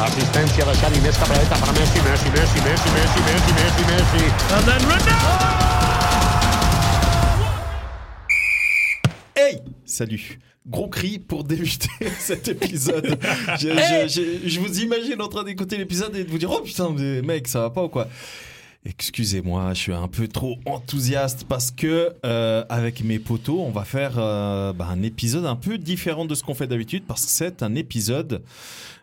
Asistencia de Xavi, més cap a la dreta per Messi, Messi, Messi, Messi, Messi, Messi, Messi, Messi. And then Ronaldo! Hey Salut Gros cri pour débuter cet épisode. je, je- je- je vous imagine en train d'écouter l'épisode et de vous dire Oh putain, mais mec, ça va pas ou quoi Excusez-moi, je suis un peu trop enthousiaste parce que euh, avec mes potos, on va faire euh, bah, un épisode un peu différent de ce qu'on fait d'habitude parce que c'est un épisode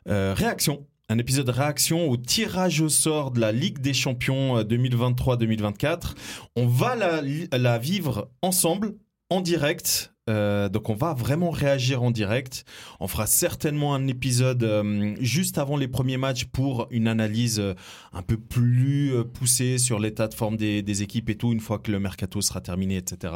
euh, réaction. Un épisode réaction au tirage au sort de la Ligue des Champions euh, 2023-2024. On va la, la vivre ensemble, en direct. Euh, donc on va vraiment réagir en direct. On fera certainement un épisode euh, juste avant les premiers matchs pour une analyse euh, un peu plus euh, poussée sur l'état de forme des, des équipes et tout, une fois que le mercato sera terminé, etc.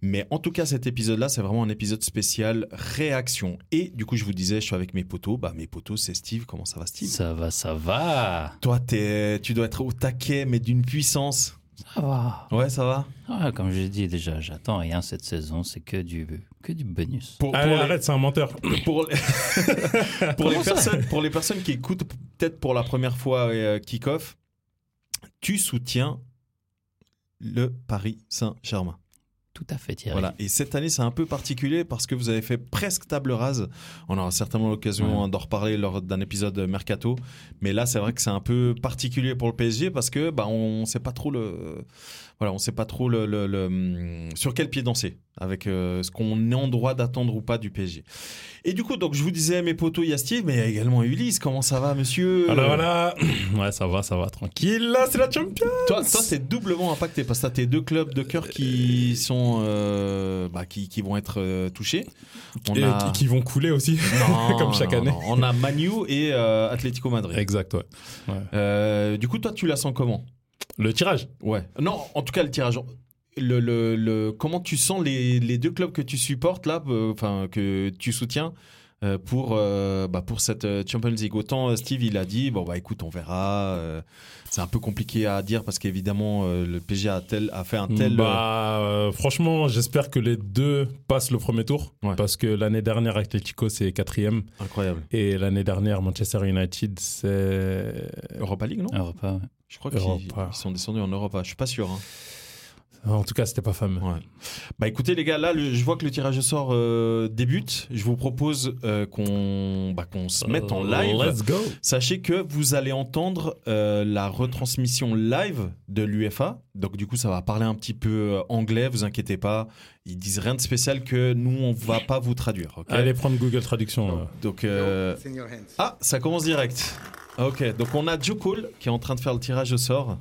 Mais en tout cas, cet épisode-là, c'est vraiment un épisode spécial réaction. Et du coup, je vous disais, je suis avec mes potos. Bah, mes potos, c'est Steve. Comment ça va, Steve Ça va, ça va. Toi, t'es- tu dois être au taquet, mais d'une puissance. Ça va. Ouais, ça va Ah, comme j'ai dit déjà, j'attends rien cette saison, c'est que du, que du bonus. Pour- pour Allez, Mmh. les- arrête, c'est un menteur. pour les, pour les Comment ça personnes pour les personnes qui écoutent peut-être pour la première fois euh, Kickoff, tu soutiens le Paris Saint-Germain. Tout à fait, Thierry. Voilà. Et cette année, c'est un peu particulier parce que vous avez fait presque table rase. On aura certainement l'occasion Ouais. hein, d'en reparler lors d'un épisode mercato. Mais là, c'est vrai que c'est un peu particulier pour le PSG parce que bah on sait pas trop le voilà, on sait pas trop le, le- le- sur quel pied danser avec euh, ce qu'on est en droit d'attendre ou pas du PSG. Et du coup, donc je vous disais mes potos, il y a Steve, mais il y a également Ulysse. Comment ça va, monsieur Alors Ah bah voilà, ouais, ça va, ça va, tranquille. Là, c'est la champion. Toi, toi, c'est doublement impacté parce que t'as tes deux clubs de cœur qui sont, euh, bah, qui, qui vont être euh, touchés. On Et a- qui, qui vont couler aussi. Non, comme chaque non, année. non. On a Manu et euh, Atlético Madrid. Exact, ouais. Euh, du coup, toi, tu la sens comment Le tirage. Ouais. Non, en tout cas, le tirage. Le, le- le- comment tu sens les, les deux clubs que tu supportes là, euh, enfin que tu soutiens euh, pour euh, bah, pour cette euh, Champions League Autant euh, Steve, il a dit bon bah écoute, on verra. euh, c'est un peu compliqué à dire parce qu'évidemment euh, le PSG a tel a fait un tel. Bah, euh, franchement, j'espère que les deux passent le premier tour. Ouais. Parce que l'année dernière, Atletico, c'est quatrième. euh, incroyable. Et l'année dernière, Manchester United, c'est. Europa League non Un repas, ouais. Je crois qu'ils Europa. ils sont descendus en Europa. Je suis pas sûr. hein. En tout cas, c'était pas fameux. Ouais. Bah écoutez les gars, là le- je vois que le tirage au sort euh, débute. Je vous propose euh, qu'on bah, qu'on se mette en live. Euh, Let's go. Sachez que vous allez entendre euh, la retransmission live de l'UFA. Donc du coup ça va parler un petit peu euh, anglais, vous inquiétez pas. Ils disent rien de spécial que nous on va pas vous traduire. ok Allez prendre Google Traduction. là. Donc euh, It's in your hands. ah ça commence direct. Ah, Ok donc on a Joe Cole qui est en train de faire le tirage au sort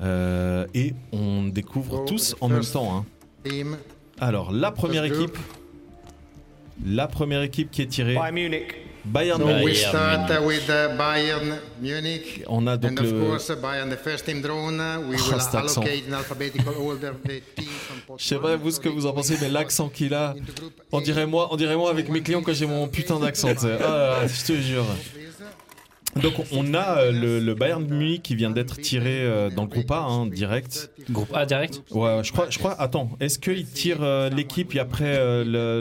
Euh, et on Oh, découvre tous en même temps. hein. Team Alors, la première Let's go. équipe. La première équipe qui est tirée. By Munich. Bayern So we Munich. Bayern start uh, Munich. with uh, Bayern Munich. On a donc and of le. course, uh, Bayern, the first team drawn, uh, we Oh, will cet accent. allocate in alphabetical order the teams from pot Je sais one, pas vous ce so que they vous go en pensez, mais into- l'accent qu'il a. into group On A. dirait moi, on dirait moi avec mes clients quand j'ai mon putain d'accent. tu sais. Ah, je te jure. Please. Donc uh, on a euh, le, le Bayern Munich qui vient d'être tiré euh, dans le groupe A, hein, direct. Groupe A direct Ouais, je crois, je crois. ah, Attends, est-ce qu'il tire euh, l'équipe et après euh, le,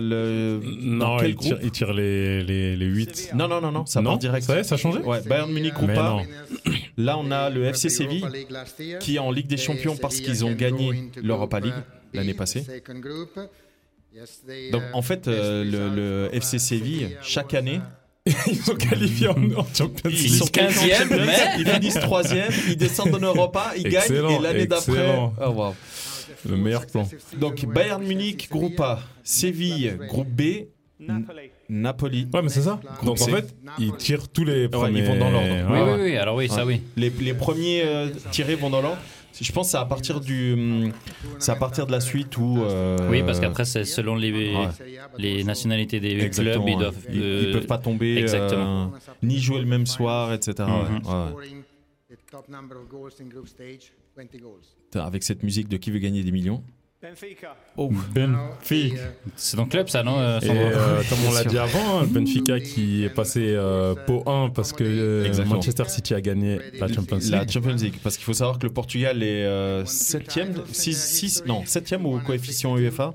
le- dans Non, quel il tire, groupe il tire les, les, les 8. Non, non, non, non, ça non, part direct. Ça y est, ça a changé Ouais, Bayern Munich groupe Mais A. non. Là, on a le FC Séville qui est en Ligue des Champions parce qu'ils ont gagné l'Europa League l'année passée. Donc en fait, euh, le, le FC Séville, chaque année, Ils ont qualifié en, en Champions League. sont 15e, champions, mais- ils finissent 3e, ils descendent en Europa, ils Excellent, gagnent et l'année d'après. excellent. Oh, wow. Le meilleur plan. Donc Bayern Munich, groupe A, Séville, groupe B, Napoli. Napoli. Ouais, mais c'est ça. Donc en C. fait, ils tirent tous les premiers. ils vont dans l'ordre. Ouais, Oui, Ah. ouais. oui, oui, alors oui, ça oui. Les, les premiers euh, tirés vont dans l'ordre. Je pense que c'est à partir du, hum, c'est à partir de la suite où. euh, Oui, parce qu'après, c'est selon les, Ouais. les nationalités des Exactement, clubs, ils ouais. doivent. Ils- euh, ils peuvent pas tomber, exactement. euh, ni jouer le même soir, etc. Mhm. Ouais, ouais. Putain, Avec cette musique de qui veut gagner des millions. Benfica. Benfica. Oh. C'est ton club, ça, non euh, Et Sandro euh, comme on Bien l'a sûr. dit avant, hein, le Benfica qui est passé euh, pot 1 parce que euh, Exactement. Manchester City a gagné la Champions League. La Champions League, parce qu'il faut savoir que le Portugal est euh, 7ème, 6, non, 7 au coefficient UEFA.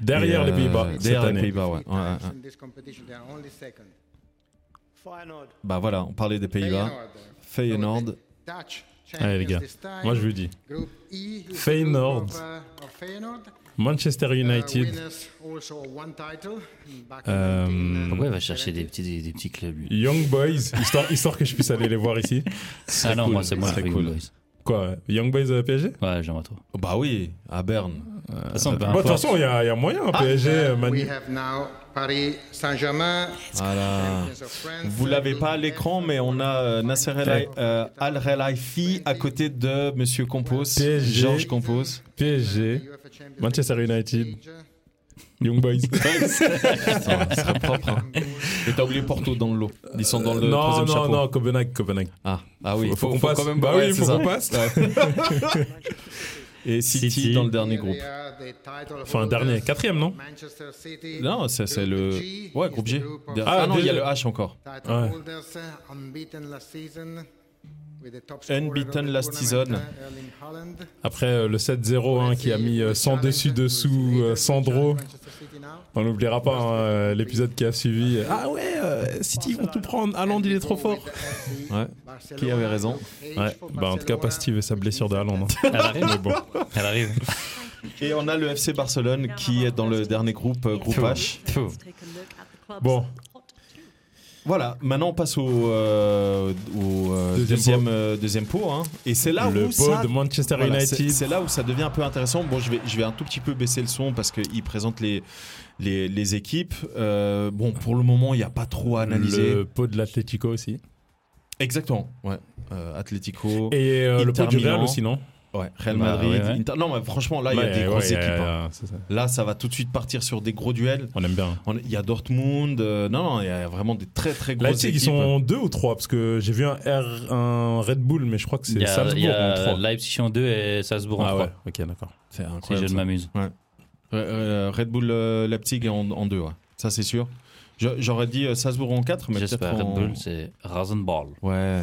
Derrière Et, les euh, Pays-Bas Bah cette Derrière les année. Pays-Bas, ouais. Ouais, ouais, ouais. Feyenoord. Bah voilà, on parlait des Pays-Bas. Feyenoord. Dutch Allez les gars, champions this time. moi je vous dis, Group E is the group Feyenoord. of, uh, of Feyenoord. Manchester Uh, United, winners also one title back in Euh, 19, uh, Pourquoi il va chercher des petits, des, des petits clubs lui Young Boys, histoire, histoire que je puisse aller les voir ici. Ce Ah non, serait moi cool, c'est ce moi serait le Young cool. Boys. Quoi, Young Boys euh, PSG Ouais, j'aimerais trop. De Bah oui, à Berne. toute façon, peu Bah, De toute importe. façon, il y, a il y a moyen, PSG, euh, Man We U. have now Paris Saint-Germain. Ah. Voilà. champions of France. Vous l'avez pas à l'écran, mais on a euh, Nasser El- Ouais. euh, Al Relaifi à côté de Monsieur Compos, PSG. Georges Compos. PSG, UEFA Champions Manchester United, League. Young Boys. Putain, ce serait propre. hein. Mais t'as oublié Porto dans le lot. Ils sont dans le Euh, non, troisième non, chapeau. non, Copenhague, Copenhague. Ah, ah oui, Faut- faut qu'on passe. quand même. Bah oui, c'est faut ça. qu'on passe. Ouais. Et City, City. dans le dernier groupe. They are the title Enfin, holders. dernier, quatrième, non Manchester City. Non, ça, c'est Group le. G Ouais, is groupe the G. group of Ah, Ah, non, il y a déjà. le H encore. Title Ouais. holders, uh, unbeaten last season. with the top scorer of the Unbeaten last tournament, uh, season. Erling Haaland. Après euh, le 7-0 hein, qui a mis euh, sans Challenge, dessus-dessous who is euh, leader, Sandro. Manchester City now. On n'oubliera pas hein, euh, l'épisode qui a suivi. Ah ouais, euh, City ils vont tout prendre. Haaland il est trop fort. Ouais. Qui avait raison Ouais, bah en tout cas pas Steve et sa blessure de Haaland. hein. Elle arrive. Elle arrive. Et on a le FC Barcelone qui est dans le dernier groupe, euh, groupe H. Bon. Voilà, maintenant on passe au, euh, au, euh, Deuxième deuxième, pot. euh, deuxième pot. hein. Et c'est là Le où pot ça de Manchester Voilà, c'est- United. C'est là où ça devient un peu intéressant. Bon, je vais, je vais un tout petit peu baisser le son parce qu'ils présentent les, les, les équipes. Euh, bon, pour le moment, il n'y a pas trop à analyser. Le pot de l'Atlético aussi. Exactement. Ouais. Euh, Atlético. Et euh, le Inter pot du Milan. Real aussi, non ouais, Real Bah, Madrid. ouais, ouais. Inter- Non, mais franchement, là, il y a Ouais, des ouais, grosses ouais, équipes. hein. ouais, c'est ça. Là, ça va tout de suite partir sur des gros duels. On aime bien. On- Il y a Dortmund. euh, non, non, il y a vraiment des très, très Là, grosses ils équipes. sont deux ou trois parce que j'ai vu un, R, un Red Bull, mais je crois que Il c'est y a, il y Salzbourg en a trois. Leipzig en 2 et Salzbourg en Ah 3. ouais, ok, d'accord. C'est Si je incroyable. ne ça. m'amuse. Euh, euh, Red Bull euh, Leipzig est en, en deux, ouais. ça c'est sûr. Je- J'aurais dit euh, Salzbourg en 4, mais peut-être J'espère. en... Red Bull, c'est Rasenball. Ouais.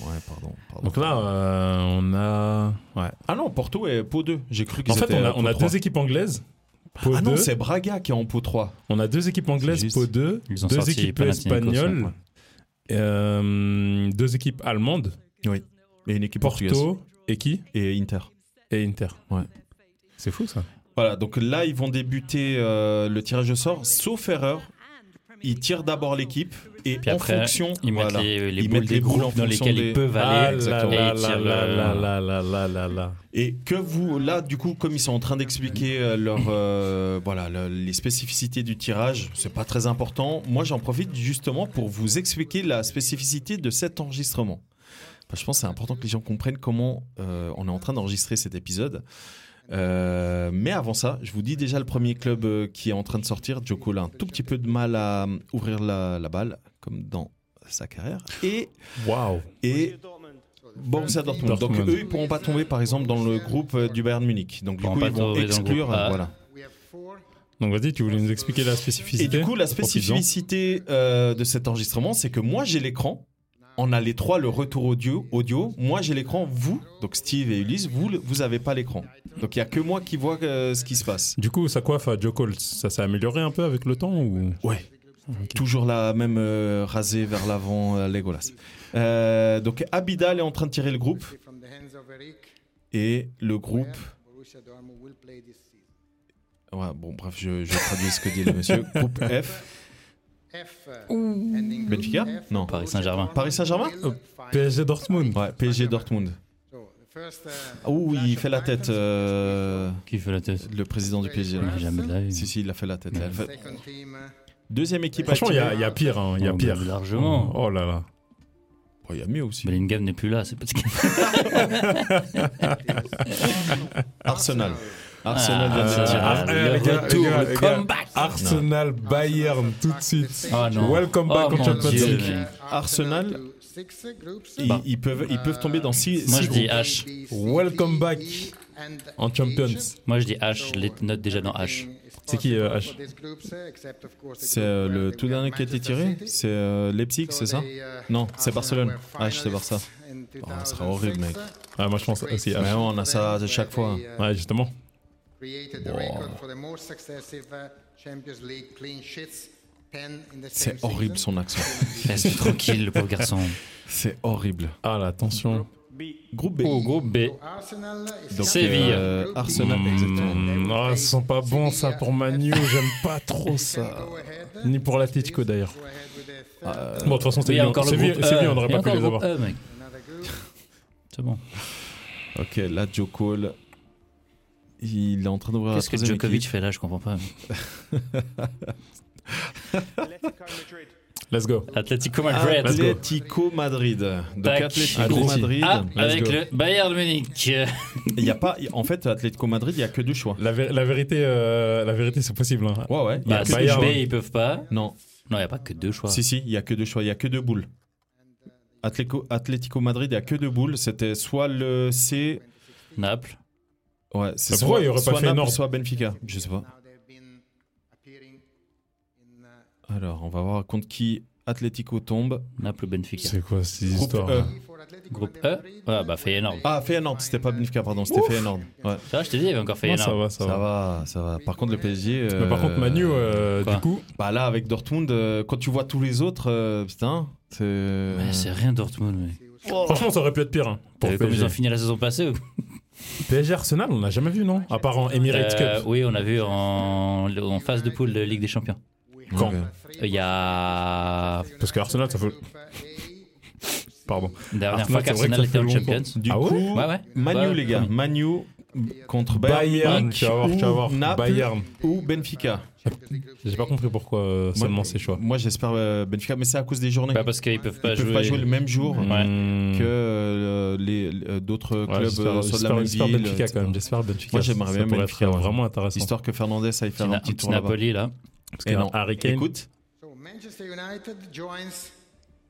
Ouais, pardon. pardon. Donc là, euh, on a. Ouais. Ah non, Porto est pot 2. J'ai cru qu'ils En fait, étaient on a, pot on a 3. deux équipes anglaises. Pot Ah non, deux. c'est Braga qui est en pot 3. On a deux équipes C'est anglaises, juste. pot 2, Ils ont deux sorti équipes Panathinaikos, espagnoles, ouais. euh, deux équipes allemandes, Oui. Et une équipe portugaise. Porto et qui Et Inter. Et Inter. Ouais. C'est fou ça. Voilà, donc là, ils vont débuter euh, le tirage au sort, sauf erreur. Ils tirent d'abord l'équipe et Puis après, en fonction. ils mettent voilà. les, les Ils boules mettent des les boules en groupes dans fonction lesquels des- ils peuvent Ah, aller. exactement. et euh, là ils là tirent là le- là là là là là là. Et que vous, là, du coup, comme ils sont en train d'expliquer euh, leur, euh, voilà, le- les spécificités du tirage, c'est pas très important. Moi, j'en profite justement pour vous expliquer la spécificité de cet enregistrement. Parce que je pense que c'est important que les gens comprennent comment euh, on est en train d'enregistrer cet épisode. Euh, mais avant ça, je vous dis déjà le premier club euh, qui est en train de sortir. Joko a un tout petit peu de mal à euh, ouvrir la, la balle, comme dans sa carrière. Et, Waouh. et Borussia Dortmund. Donc Dortmund. eux, ils pourront pas tomber par exemple dans le groupe euh, du Bayern Munich. Donc du Pourront coup, pas ils vont tomber dans le exclure. groupe A. euh, Voilà. We have four Donc vas-y, tu voulais nous expliquer la spécificité Et du coup, la Profites-en. spécificité euh, de cet enregistrement, c'est que moi j'ai l'écran. On a les trois le retour audio. audio. Moi j'ai l'écran. Vous, donc Steve et Ulysse, vous le- vous avez pas l'écran. Donc il y a que moi qui vois euh, ce qui se passe. Du coup, ça coiffe à Joe Cole. Ça s'est amélioré un peu avec le temps ou Ouais. Toujours la même euh, rasée vers l'avant, euh, Legolas. Euh, donc Abidal est en train de tirer le groupe from the hands of Eric. et le groupe. Borussia Dortmund will play this season. Ouais, bon bref, je, je traduis ce que dit le monsieur. Groupe F, F. uh, Ending group Benfica F, Non. Paris Saint-Germain. Borussia Paris Saint-Germain Dortmund will find- PSG Dortmund. Ouais, PSG Dortmund. So, the first, uh, Ah, Ouh, flash il of fait la light tête, euh, Qui fait la tête le président du PSG. là. Ah, Jamais de la vie. Si, si, il a fait la tête. là. Elle fait- Second team, uh, Deuxième équipe Franchement, il y, a- activée. il y a pire. hein, Il y a Oh, pire. bah, largement. Oh là là. Oh, il y a mieux aussi. Bellingham n'est plus là, c'est parce que Arsenal. Arsenal vient de Ah, tirer. Arsenal. Eh, le les gars, retour, les gars, le les gars. comeback. Arsenal, Bayern, tout de suite. Ah non. Welcome back Oh au mon Champions Dieu, League. Bah, mec. Arsenal. to six groups. Ils, ils peuvent, ils peuvent tomber dans six, Moi, six je dis groupes. H. B, C, Welcome D, back E, and En H. Champions. Moi, je dis H, les notes déjà dans H. C'est qui, euh, H? C'est euh, le tout dernier qui a été tiré C'est euh, Leipzig, c'est ça Non, c'est Barcelone. Ah, H, c'est Barça. Oh, ça sera horrible, mec. Ah, moi, je pense aussi H. Mais on a ça à chaque fois. Ouais, justement. Created the record for the most successive uh, Champions League clean sheets 10 in the same C'est horrible season. son accent. Reste Eh, tranquille, le pauvre garçon. C'est horrible. Ah là, attention. Groupe B. Au Oh. groupe B. Arsenal is Donc, Séville. euh, Euh, Arsenal, Mmh. exactement. Hmm, ah, ça sent pas bon ça pour Manu, j'aime pas trop ça. Ni pour l'Atletico d'ailleurs. Go ahead with the third. Euh, Bon, de toute façon, Il c'était y a bien, encore le c'est bien, groupe c'est E. bien, on n'aurait Il y a pas pu encore les le groupe avoir. E, mec. Another group. C'est bon. ok, là, Joe Cole. Il est en train d'ouvrir la Qu'est-ce que troisième Djokovic équipe. fait là Je comprends pas. Let's go. Atlético Ah, Madrid. Atlético Madrid. Donc Tac. Atlético Allez-y. Madrid. Ah, Let's avec go. le Bayern Munich. Il y a pas, en fait, Atlético Madrid, il y a que deux choix. La, vé- la vérité, euh, la vérité, c'est possible. hein. Ouais, ouais. il y a Bah, que c'est deux Bayern. B, choix. ils peuvent pas. Non, Non, il n'y a pas que deux choix. si, si, il y a que deux choix. Il y a que deux boules. Atlético, Atlético Madrid, il y a que deux boules. C'était soit le C. Naples. Ouais, c'est Bah, pourquoi soit- il aurait pas soit fait Naples, Nord soit Benfica. Je sais pas. Now they've been appearing in, uh, Alors, on va voir contre qui Atlético tombe. Naples ou Benfica. C'est quoi hein ces Groupe histoires E. là for uh, Atletico Groupe Madrid, E Ah, bah Feyenoord. Ah, Feyenoord, c'était pas Benfica, pardon, c'était Feyenoord. Ouais. Ça va, je te dis, il y avait encore Non, Ça Feyenoord. va, ça, Ça va. va, ça va. Par contre, le PSG. Mais par euh, contre, Manu, euh, Quoi du coup, Bah là, avec Dortmund, euh, quand tu vois tous les autres, euh, putain, c'est. euh, Ouais, c'est rien Dortmund, mais. franchement, ça aurait pu être pire. hein, pour T'as vu comme PSG. ils ont fini la saison passée ou- PSG Arsenal, on l'a jamais vu, non À part en Emirates Euh, Cup. Oui, on a vu en, en phase de poule de Ligue des Champions. Quand Ok. Il Euh, y a. Parce que Arsenal, ça fait. Pardon. Dernière Arsenal, fois c'est vrai que ça qu'Arsenal fait était en longtemps. Champions. Du Ah ouais Bah, coup, Ouais, ouais. Manu, Ouais, les gars, premier. Manu contre Bayern, Bayern, Munich tu vas voir, tu vas voir. ou Naples Bayern. ou Benfica. J'ai pas compris pourquoi euh, seulement ces choix. Moi, j'espère euh, Benfica, mais c'est à cause des journées. Bah, parce qu'ils peuvent Ils pas peuvent jouer. pas jouer le même jour Ouais. Hmm. que euh, les euh, d'autres Ouais, clubs j'espère- euh, soit de la J'espère même j'espère ville, Benfica etc. quand même. J'espère Benfica. Moi, j'aimerais Ça bien pourrait Benfica, être ouais. vraiment intéressant. Histoire que Fernandez aille faire Un un petit petit tour là-bas. Napoli, là. Parce Et non. Harry Kane- Écoute, So Manchester United joins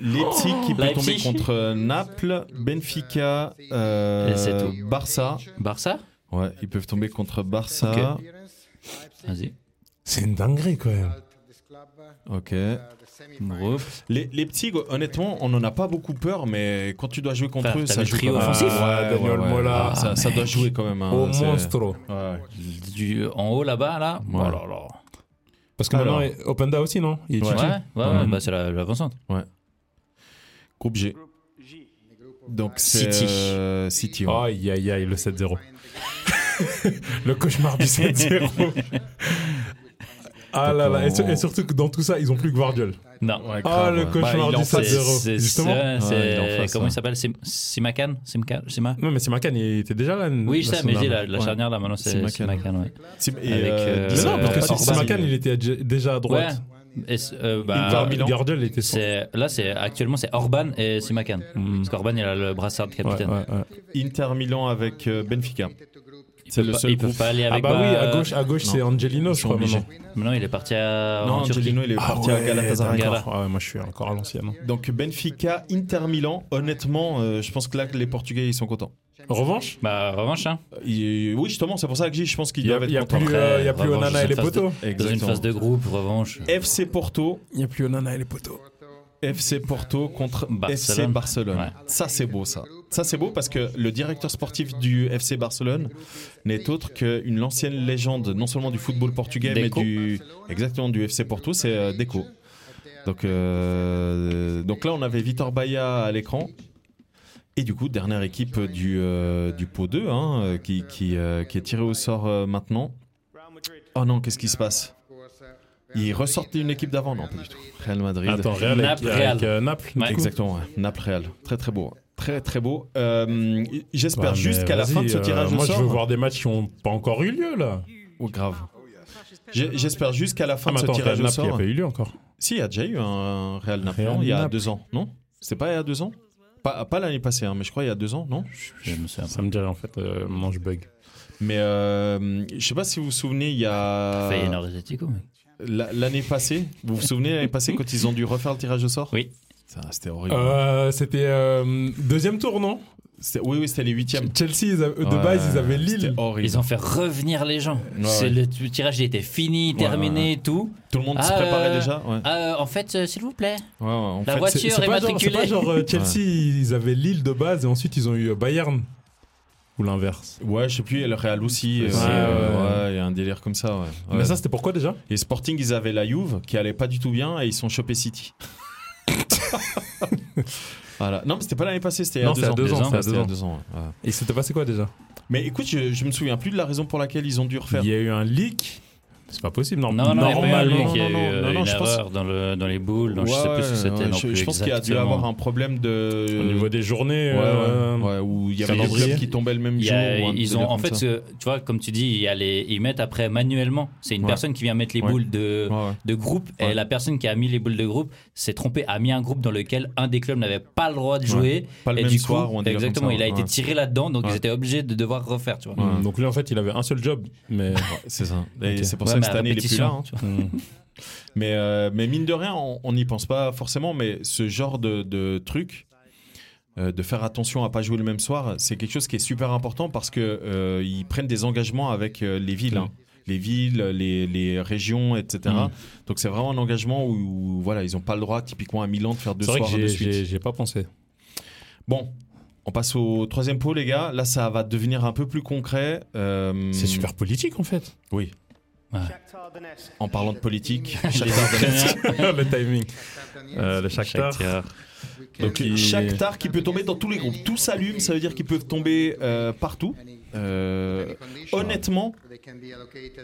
Leipzig qui peut tomber Leipzig. contre euh, Naples, Benfica, euh, Et c'est tout. Barça. Barça Ouais, ils peuvent tomber contre Barça. Ok. Appearance, Leipzig Vas-y. C'est une dinguerie quand même. out this club, uh, Ok. the semi-final. Groupe. Les, les petits, honnêtement, on n'en a pas beaucoup peur, mais quand tu dois jouer contre Frère, eux, t'as ça le joue trio quand même. offensif. Ah, Ouais, ouais, Daniel ouais. Mola. Ah, ça, ça doit jouer quand même. hein, Au c'est- monstre. Ouais. Du, en haut, là-bas, là. Ouais. Oh là là. Parce que Alors. maintenant, Openda aussi, non Il est Ouais, titulaire. ouais, ouais, bah, c'est la, la constante. Groupe G. Donc c'est City. euh, City. ouais. Aïe, aïe, aïe, le 7-0. le cauchemar du 7-0. ah là là, et, sur- et surtout que dans tout ça, ils ont plus que Guardiol. Non. Ouais, Ah, grave, le ouais. cauchemar Bah, il est en du face. 7-0. Justement. ça, c'est- Ouais, il est en face, comment hein. il s'appelle Sim- Simakan Simka- Sima Non, mais c'est Macan, il était déjà là. euh, Oui, je la sais, mais je dis semaine la, la Ouais. charnière là maintenant, c'est Bah, Simakan. Simakan. Ouais. Sim- et, Avec, euh, euh, dernière. Mais non, parce Euh, que si Orban. c'est Macan, il était adj- déjà à Ouais. droite. Et c'est- euh, Inter bah, Milan. Guardiol était sur. c'est- là, c'est actuellement c'est Orban et Simakan. Mm. Parce qu'Orban il a le brassard de Ouais, ouais, capitaine. ouais. Inter Milan avec euh, Benfica. Il C'est peut le pas- seul il peut groupe. pas aller Ah avec. bah oui, à euh, gauche, à gauche, non. c'est Angelino, Ils je sont crois obligés. maintenant. Maintenant, il est parti à. en Non, Turquie. Angelino, il est parti à Galatasaray. d'accord. Ah ouais, moi je suis encore à l'ancienne. Donc Benfica, Inter Milan, honnêtement, euh, je pense que là les Portugais ils sont contents. En revanche, Bah, en revanche, hein. Euh, ils- oui justement, c'est pour ça que je pense qu'ils il y a, doivent il y a être contents. plus, Après, euh, il y a plus revanche, Onana et c'est les une phase de- poteaux. dans une phase de groupe, revanche. FC Porto, Il n'y a plus Onana et les poteaux. FC Porto contre Barcelone. FC Barcelone. Ouais. Ça c'est beau ça. Ça c'est beau parce que le directeur sportif du FC Barcelone n'est autre qu'une ancienne légende non seulement du football portugais Deco. mais du exactement du FC Porto, c'est euh, Deco. Donc euh, donc là on avait Vitor Baia à l'écran. Et du coup, dernière équipe du, euh, du pot 2 hein, euh, qui, qui, euh, qui est tirée au sort euh, maintenant. Oh non, qu'est-ce qui se passe Ils ressortent d'une équipe d'avant, non pas du tout. Real Madrid. Attends, Real avec, Naples, avec, Real. euh, Naples. Ouais. du coup. Exactement, ouais. Naples Real. Très très beau. Très très beau. Euh, J'espère Ouais, juste mais qu'à la vas-y, fin de ce euh, tirage au Moi sort. je veux voir des matchs qui n'ont pas encore eu lieu là. Oh, grave. J'ai- J'espère juste qu'à la fin Ah, de mais ce attends, tirage Real au Naples, il n'y a sort. hein. pas eu lieu encore. Si, il y a déjà eu un Real Naples Real non, il y a Naples. deux ans, non C'est pas il y a deux ans Pas, pas l'année passée, hein, mais je crois il y a deux ans, non Je me Ah, souviens pas. Ça me dirait en fait, euh, non, je bug. Mais euh, je sais pas si vous vous souvenez, il y a. Feyenoord Atletico, mais- La- L'année passée, vous vous souvenez l'année passée quand ils ont dû refaire le tirage au sort Oui. Putain, C'était horrible. Euh, C'était euh, deuxième tour, non C'était- Oui, oui, c'était les huitièmes. Chelsea, ils avaient- de Ouais, base, ils avaient Lille. C'était horrible. Ils ont fait revenir les gens. Ouais, C'est ouais. Le, le tirage il était fini, Ouais, terminé, ouais, tout. Tout le monde se Ah, préparait euh, déjà. Ouais. Ah, euh, en fait, euh, s'il vous plaît. Ouais, ouais, en la fait, voiture C'est- c'est est pas genre- C'est matriculée. pas genre euh, Chelsea, ils avaient Lille de base et ensuite ils ont eu euh, Bayern. Ou l'inverse. Ouais, je sais plus, et le Real aussi. euh, Ouais, c'est, euh, ouais. ouais, il y a un délire comme ça. Ouais. Mais Ouais. ça, c'était pourquoi déjà et Sporting, ils avaient la Juve qui allait pas du tout bien et ils sont chopés City. voilà. Non, mais c'était pas l'année passée, c'était il y a Non, deux c'était à ans. deux ans, C'était c'était à il y a deux deux ans, ouais. Ouais. Et c'était passé quoi déjà Mais écoute, je, je me souviens plus de la raison pour laquelle ils ont dû refaire. Il y a eu un leak. C'est pas possible, non, Non, non, normalement. il y a pas eu, non, il y a eu, euh, non, non, une je pense- erreur dans, le, dans les boules, dans je sais Ouais, plus ce que c'était ouais, non je, plus. je pense qu'il y a dû avoir un problème de. Au niveau des journées. Ouais, ouais, euh, ouais, où il y avait des calendrier. clubs qui tombaient le même Il y jour. a- ou un ils ont délire en comme fait, ça. ce- tu vois, comme tu dis, il y a les- ils mettent après manuellement. C'est une Ouais. personne qui vient mettre les Ouais. boules de, Ouais, ouais. de groupe Ouais. et la personne qui a mis les boules de groupe s'est trompée, a mis un groupe dans lequel un des clubs n'avait pas le droit de jouer. Pas le et même du soir coup, ou un délire comme exactement, ça, il a ouais. été tiré là-dedans, donc Ouais. ils étaient obligés de devoir refaire, tu vois. Ouais. Hmm. Donc lui, en fait, il avait un seul job. Mais C'est ça. Et Ok. c'est pour Ouais, ça que mais à cette année, il est plus là. répétition, hein. tu vois. Mais, euh, mais mine de rien, on- on n'y pense pas forcément, mais ce genre de, de truc, euh, de faire attention à pas jouer le même soir, c'est quelque chose qui est super important parce que euh, ils prennent des engagements avec euh, les villes. hein. Les villes, les, les régions, etc. Mm. Donc c'est vraiment un engagement où, où, voilà, ils n'ont pas le droit, typiquement à Milan, de faire deux c'est vrai que soirs de j'ai- suite. j'ai j'ai pas pensé. Bon, on passe au troisième pot, les gars. Là, ça va devenir un peu plus concret. Euh, C'est super politique en fait. Oui. Ouais. En parlant de politique, Ah, le timing. Euh, le Shakhtar. Donc, Il- chaque tard qui peut tomber dans tous les groupes. Tout s'allume, ça veut dire qu'ils peuvent tomber euh, partout. Euh, honnêtement,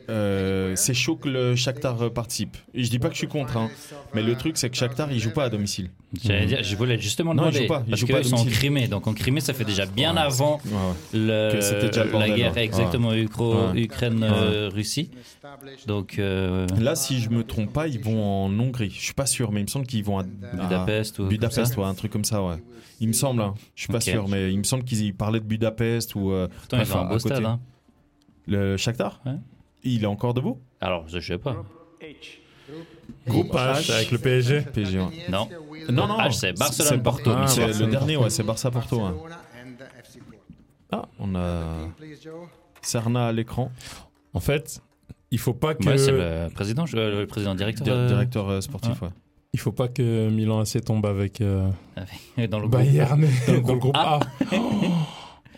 euh, c'est chaud que le Shakhtar participe. Et je dis pas que je suis contre, hein. mais le truc c'est que Shakhtar il joue pas à domicile. J'allais dire, je voulais justement Non, ils demander jouent pas, ils parce jouent pas à qu'ils sont en domicile. Crimée, donc en Crimée, ça fait déjà bien avant Ouais, ouais. le- Que c'était déjà le la bordel, hein. guerre ouais. exactement Ukro- Ouais. Ukraine-Russie. Donc euh, Là, si je me trompe pas, ils vont en Hongrie. Je suis pas sûr, mais il me semble qu'ils vont à à- Budapest ou Budapest, comme ouais, un truc comme ça, ouais. Il me semble, hein. je suis pas Ok. sûr, mais il me semble qu'ils parlaient de Budapest ou. euh, ça. Pourtant, ils bref, ont un à beau côté. stade. hein. Le Shakhtar Ouais. Il est encore debout Alors, je sais pas. Groupe H avec le PSG. PSG, ouais. Non. Non, non, H, c'est Barcelone, c'est Porto. mais Ah, c'est le Barcelone. dernier, ouais, c'est Barça-Porto. hein. Ah, on Euh, a Serna à l'écran, En fait, il faut pas que Ouais, c'est le président, je- euh, le président directeur Di- euh, directeur euh, sportif. Ouais. il faut pas que Milan AC tombe avec euh, avec- dans le Bah, groupe. Bayern dans le groupe A.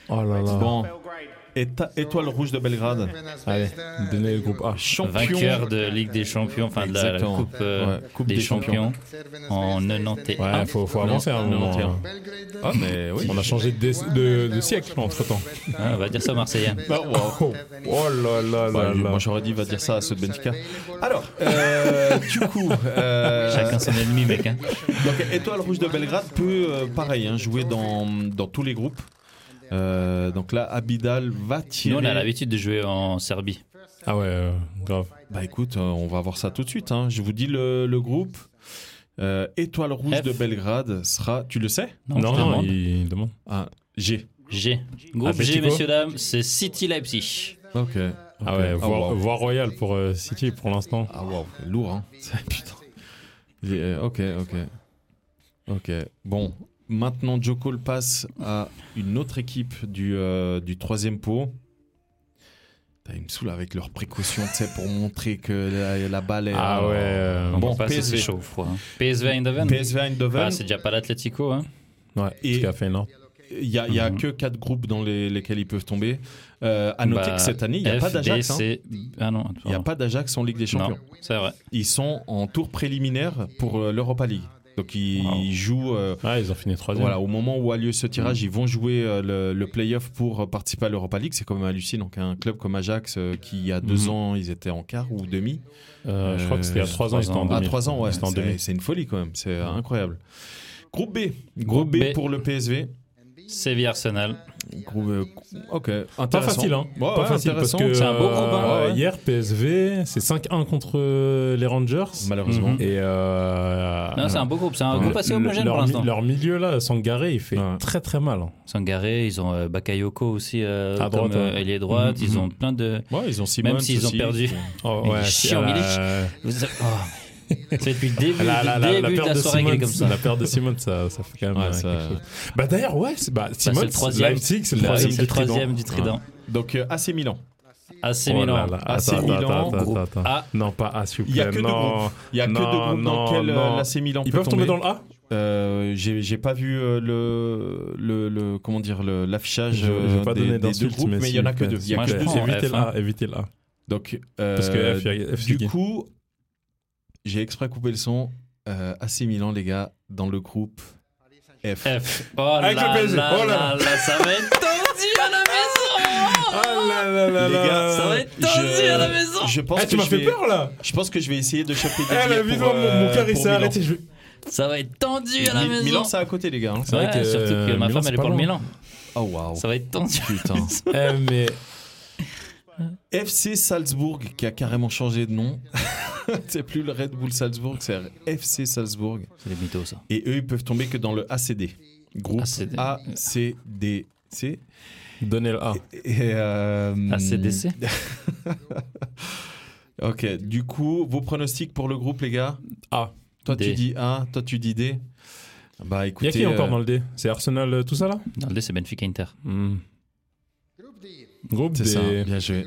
oh là là. Bon, Éta- étoile rouge de Belgrade. Allez, donnez le groupe A. Champion. Vainqueur de Ligue des Champions, enfin de la, la Exactement. coupe, euh, Ouais, Coupe des, des champions, en 91. Ah. Ouais, faut, faut avancer à un moment. hein. Ah, mais oui. On a changé de, dé- de- de siècle entre temps. Ah, on va dire ça aux Marseillais. Oh, oh là là Bah, là lui, là. moi j'aurais dit va dire ça à ceux de Benfica. Alors, euh, du coup, euh, Chacun son ennemi, mec. hein. donc étoile rouge de Belgrade peut, euh, pareil, hein, jouer dans, dans tous les groupes. Euh, donc là, Abidal va tirer. Nous, on a l'habitude de jouer en Serbie. Ah ouais, euh, grave. Bah écoute, euh, on va voir ça tout de suite. hein. Je vous dis le, le groupe. Euh, Étoile Rouge F. de Belgrade sera. Tu le sais Non, Non, je non, demande. il demande. Ah, G. G. Groupe G, Atletico. messieurs, dames, c'est City Leipzig. Ok. Ah ouais, Ah, voire wow. voire royale pour euh, City pour l'instant. Ah wow, lourd hein. Putain. Il est- Ok, ok. Ok. Bon, maintenant Joko le passe à une autre équipe du, euh, du troisième pot. Putain, Ils me saoulent avec leurs précautions, tu sais, pour montrer que la, la balle est. Ah ouais. euh, On Bon, va passer, PSV. c'est chaud, froid. hein. PSV Eindhoven. PSV Eindhoven, Ah, c'est déjà pas l'Atletico. Hein. Ouais, Et- tout à fait, non. il n'y a, il y a que quatre groupes dans les- lesquels ils peuvent tomber. Euh, à noter Mhm. Bah, que cette année, il n'y a F, pas D, d'Ajax. hein. C. Ah non, Il n'y a pas d'Ajax en Ligue des Champions. Non, c'est vrai. Ils sont en tour préliminaire pour euh, l'Europa League. Donc ils, Wow. ils jouent. euh, Ah, ils ont fini troisième. Mm. Voilà, au moment où a lieu ce tirage, ils vont jouer euh, le, le play-off pour euh, participer à l'Europa League. C'est quand même hallucinant qu'un club comme Ajax, euh, qui il y a deux Mhm. ans, ils étaient en quart ou demi. Euh, je crois que c'était il y a trois ans, ils étaient en trois À demi. trois ans, ouais. C'était en C'est demi. Mm. c'est une folie quand même. C'est incroyable. Groupe B. Groupe, Groupe B, B. pour le PSV. Séville Arsenal. Groupe, euh, ok, intéressant. Pas facile, hein. Ouais, pas ouais, facile parce intéressant. que C'est un beau groupe, hein, euh, ouais. hier PSV, c'est 5-1 contre euh, les Rangers. Malheureusement. Et euh, Non, c'est un beau groupe. C'est un Ouais. groupe assez le- homogène leur, pour mi- l'instant. leur milieu là, Sangaré, il fait Ouais. très très mal. hein. Sangaré, ils ont euh, Bakayoko aussi euh, À droite, comme euh, ouais. ailier droite. Mhm, Ils mhm. ont plein de. Ouais, ils ont Simmons s'ils ont aussi. perdu. Oh, Il est ouais, chiant, c'est à il est la- Vous- oh, C'est depuis le début, La, la, le la- la début de peur la de soirée qu'elle est Simone, comme ça. la peur de Simone, ça, ça fait quand même Ouais, euh, ça- quelque chose. Bah d'ailleurs, ouais, c'est- bah, Bah, Simone, c'est le troisième. Leipzig, c'est Troisième, le troisième c'est du le Trident. troisième du Trident. Donc, euh, AC Milan. AC Oh là Milan. là, AC attends, Milan, attends, attends, groupe attends. A. Non, pas A, s'il vous Il y a plaît, que deux non, groupes. Il y a que non, deux groupes dans non, lequel non. l'AC Milan Ils peut peuvent tomber dans le A Euh, j'ai j'ai pas vu euh, le, le, le- comment dire le- l'affichage Je euh, vais pas des- donner des deux d'insultes, groupes, mais il y en a que deux. Il y a Moi, que je deux. prends. évi- Évitez F, le hein. A, évitez le A. Donc euh, Parce que F, il y a F, c'est du qui coup, j'ai exprès coupé le son. Euh, AC Milan, les gars, dans le groupe Eh F. F. Oh Avec là le PSG. là Oh là là là, ça va être tendu à la maison. Ah là là là Les gars, Ça va être tendu à la maison. je pense Eh, tu que Eh, m'as je fait vais- peur là Je pense que je vais essayer de choper des Eh, là, billets vis-donc, pour, mon, mon euh, cœur il pour s'est Milan. arrêté. Je... vais- Ça va être tendu à la Mi- maison. Milan, c'est à côté, les gars. hein. vrai Ouais, que, surtout que euh, ma Milan, femme, c'est elle est pas pour le loin. Milan. Oh waouh. Ça va être tendu. Putain. Eh, mais. FC Salzbourg qui a carrément changé de nom. c'est plus le Red Bull Salzbourg, c'est FC Salzbourg. C'est des mythos, ça. Et eux, ils peuvent tomber que dans le ACD. Groupe ACD. ACDC. Donnez le A. Et, euh, Ah, ACDC Mm. Ok, du coup, vos pronostics pour le groupe, les gars A. Toi, D. tu dis A, toi, tu dis D. Bah Il y écoutez. a qui encore euh, dans le D C'est Arsenal, euh, tout ça là Dans le D, c'est Benfica Inter. Hmm. Group D. Groupe euh, C'est D. ça, bien joué.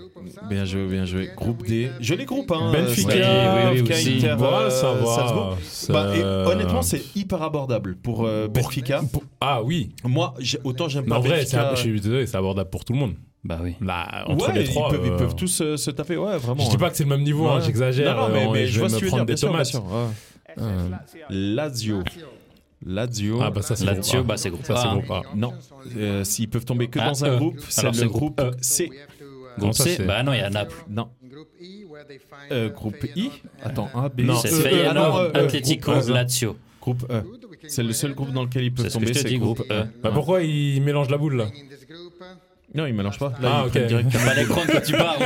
Bien joué, bien joué. Groupe D. Je les groupe, hein. Benfica, euh, oui, oui, Benfica, aussi. Inter, Bah, euh, ça va. Salzbourg. Ça- Bah, et honnêtement, c'est hyper abordable pour euh, Benfica. Ah oui. Moi, j'ai- autant j'aime pas En vrai, c'est- Benfica. je suis désolé, c'est abordable pour tout le monde. Bah oui. Là, entre Ouais, les trois. ils peuvent, ils euh, peuvent tous euh, se taper, ouais, vraiment. Je dis pas que c'est le même niveau, hein, Ouais. j'exagère. Non, non, mais, euh, mais je je vois vais ce que me tu veux prendre dire, bien des sûr, bien tomates. sûr. Euh, Lazio. Lazio. Ah bah ça c'est Lazio, groupe A. bah c'est groupe Ça c'est Ah. A. groupe A. Non, euh, s'ils peuvent tomber que Ah, dans un E. groupe, c'est Alors, le c'est groupe groupe E. C. Comment Groupe ça, C c'est- Bah non, il y a Naples. Non, Group E, where they find Euh, uh, groupe I. Feyenoord and, Attends, uh, A, B, Non, C'est E, E, Feyenoord, ah non, E, E, Atlético, groupe E. Lazio. Groupe E. good, we can C'est go le seul ahead. groupe dans lequel ils C'est peuvent ce que tomber, je te c'est dis, groupe E. Bah pourquoi il mélange la boule là Bah, In this group, uh, Non, ils mélangent pas. Ah, ils ok. prennent direct. Fallait croire que tu parles.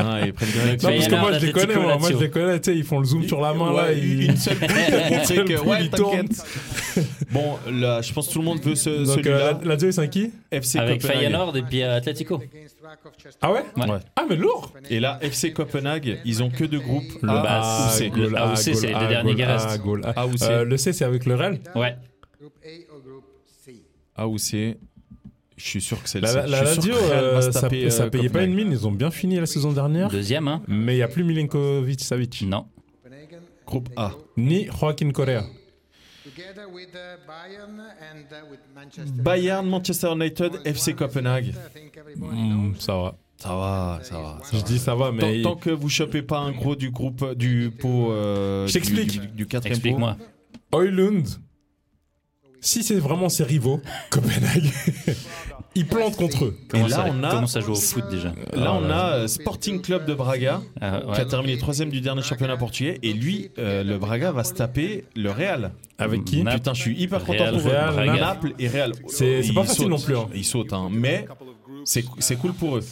Ah, ils prennent direct. Non, Non, parce que Feyenoord, moi je les connais, Atlético, moi, moi je Lazio. les connais, tu sais, ils font le zoom sur la main là. Ouais, ils- Une seule boule pour montrer que, Une ouais, boule, il t'inquiète. Bon, là, je pense que tout le monde veut ce, Donc euh, celui-là. la- la 2 c'est un qui FC euh, Avec Copenhague. Feyenoord et puis euh, Atlético. against Rakov Chester. Ah ouais Ouais. Ah mais lourd Et là, FC Copenhague, ils ont que deux groupes. Le A bas, ou C. le- goal A ou C, goal c'est les A, derniers goal qui A, restent. goal A. A ou C. Euh, Le C c'est avec le Real Ouais. Group A or group C. A ou C. Je suis sûr que c'est le Bah, La, C. la, Je la suis sûr radio, que Real va euh, se ça, taper, ça euh, payait pas une Copenhague. mine. Ils ont bien fini la saison dernière. Deuxième, hein Mais il n'y a plus Milinkovic-Savic. Non. Copenhagen, and Groupe they A. go Ni Joaquin Correa. Together with uh, Bayern and uh, with Manchester. Bayern, Manchester United, FC Copenhague. I think everybody Hmm, knows. ça va. Ça va, ça va. Je dis ça va, Tant, mais. tant que vous chopez pas un gros du groupe du pot euh, Je du- t'explique. du, du quatrième pot. Explique-moi. Oilund, si c'est vraiment ses rivaux, Copenhague, ils plantent contre eux. Comment, Et là, ça, on a- comment ça joue au foot déjà Là, on a euh, Sporting Club de Braga Ah, ouais. qui a terminé troisième du dernier championnat portugais et lui, euh, le Braga va se taper le Real. Avec qui Naples. Putain, je suis hyper content Real, pour eux. Real, Naples. Naples et Real. C'est- c'est pas Ils facile sautent. non plus, hein. Ils sautent, hein. mais c'est c'est cool pour eux.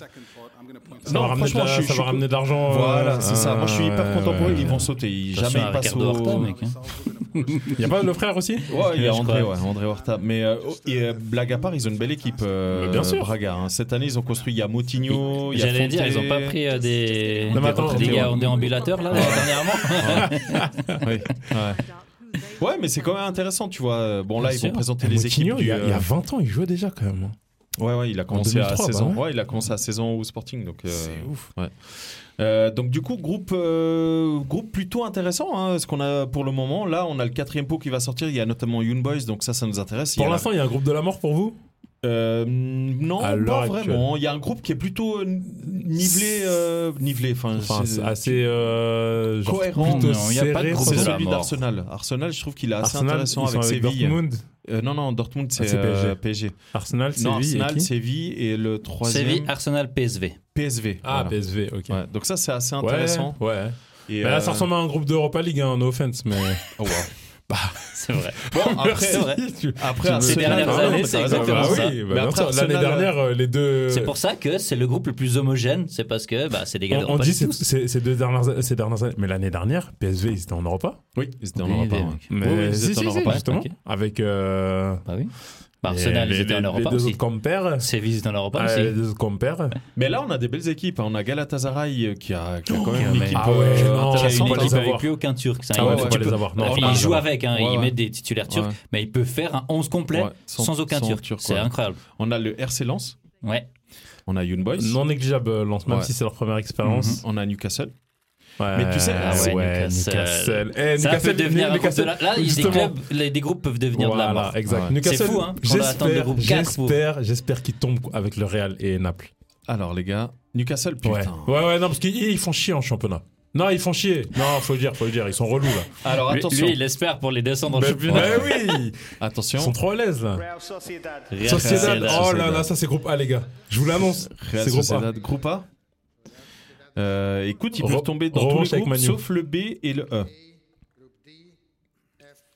Ça va ramener de franchement, la- je suis- ça je va suis- ramener de l'argent. euh, Voilà, c'est ça. Moi, je suis hyper ouais, content pour eux. ouais. Ils vont sauter. Ils- Attention Jamais ils à passent Ricardo au. Horta, mec. hein. Il n'y a pas le frère aussi Ouais, il y a Je André, crois. ouais, André Horta. Mais euh, oh, et, euh, blague à part, ils ont une belle équipe. euh, Mais bien sûr. Braga. hein. Cette année, ils ont construit. Il y a Moutinho. il y a J'allais Fonte. dire, ils ont pas pris euh, des, Non, mais des attends, retraités, attends, gars, ouais. en déambulateur là, dernièrement. Oui, ouais. Ouais, mais c'est quand même intéressant, tu vois. Euh, Bon, là, ils vont présenter les équipes. Moutinho, du, il y, a, il y a euh, 20 ans, il jouait déjà quand même. hein. Ouais, ouais, il a commencé 2003, à 16 ans. bah ouais. Ouais, il a commencé à 16 ans au Sporting. Donc, euh, C'est ouf. ouais. Euh, donc du coup groupe euh, groupe plutôt intéressant hein, ce qu'on a pour le moment là on a le quatrième pot qui va sortir il y a notamment Young Boys donc ça ça nous intéresse Il y Pour a la- l'instant, il y a un groupe de la mort pour vous Euh, non, À l'heure pas actuelle. vraiment. Il y a un groupe qui est plutôt euh, n- nivelé, euh, nivelé. Enfin, Enfin, c'est- c'est assez. euh, genre Cohérent. plutôt Non, il y a pas de serré, groupe c'est de quoi. la celui mort. d'Arsenal. Arsenal, je trouve qu'il est assez Arsenal, intéressant ils sont avec, avec Séville. Dortmund. Euh, non, non, Dortmund, c'est Ah, c'est euh, PSG. PSG. Arsenal, Non, Séville et Arsenal, qui Séville et le troisième Séville, Ah. Arsenal, PSV. PSV. Ah, Voilà. PSV, ok. Ouais, donc ça, c'est assez Ouais, intéressant. Ouais. Et, Mais là, euh, ça ressemble à un groupe d'Europa League, hein, no offense, mais. oh, wow. C'est vrai. Bon, après, C'est vrai. après Ces Arsenal, dernières Ah, non, années, mais c'est t'as raison. exactement bah, ça. Oui, bah, Mais bien après, sûr, Arsenal, L'année dernière, euh, les deux. C'est pour ça que c'est le groupe le plus homogène, c'est parce que bah, c'est des gars On, on d'Europa dit League ces, tous. ces- ces deux dernières, ces dernières années, mais l'année dernière, PSV, ils étaient en Europa. Oui, c'était en Oui, Europe. oui, hein. mec. Mais Oui, oui, ils si, étaient en si, si, Europa, justement. ok. Avec euh, Bah oui. Bah, Arsenal, Et ils les- étaient en les- Europa Les deux aussi. autres compères. Séville, ils étaient en Europa Ah, aussi. les deux autres compères. Mais là, on a des belles équipes. hein. On a Galatasaray euh, qui a, qui a quand qui même a une même- équipe Ah ouais, euh, non, Qui a faut une pas intéressante. les équipe avec avoir. plus aucun turc. ça, Ah il ouais, faut faut pas pas les le- avoir. Non, Enfin, faut pas il les joue avoir. avec, hein, Ouais, ouais. il met des titulaires turcs, Ouais. mais il peut faire un 11 complet Ouais, sans, sans- aucun sans turc. Turc, C'est ouais. incroyable. On a le RC Lens. Ouais. On a Young Boys. Non négligeable, euh, Lance, même Ouais. si c'est leur première expérience. On a Newcastle. Ouais, Mais tu sais, Ah ouais, ouais, Newcastle. Newcastle. Eh, Ça peut Newcastle, devenir un groupe de Newcastle, la... Là, les des, justement. clubs, les- des groupes peuvent devenir de la Voilà, mort. exact. Ouais. Newcastle, C'est fou, hein, qu'on doit attendre le J'espère, groupe quatre pour- j'espère, j'espère qu'ils tombent avec le Real et Naples. Alors, les gars, Newcastle, putain. Ouais. ouais, ouais, non, parce qu'ils ils font chier en championnat. Non, ils font chier. Non, faut le dire, faut le dire, ils sont relous là. Alors, Lui- attention. Lui, il espère pour les descendre en Mais, championnat. mais oui, ils Attention. sont trop à l'aise là. Real Sociedad, Sociedad. oh là là, ça c'est groupe A les gars. Je vous l'annonce. Real C'est groupe A. Sociedad, groupe A. Euh, écoute, ils Re- peuvent tomber dans tous revanche les avec groupes, Manu. sauf le B et le E.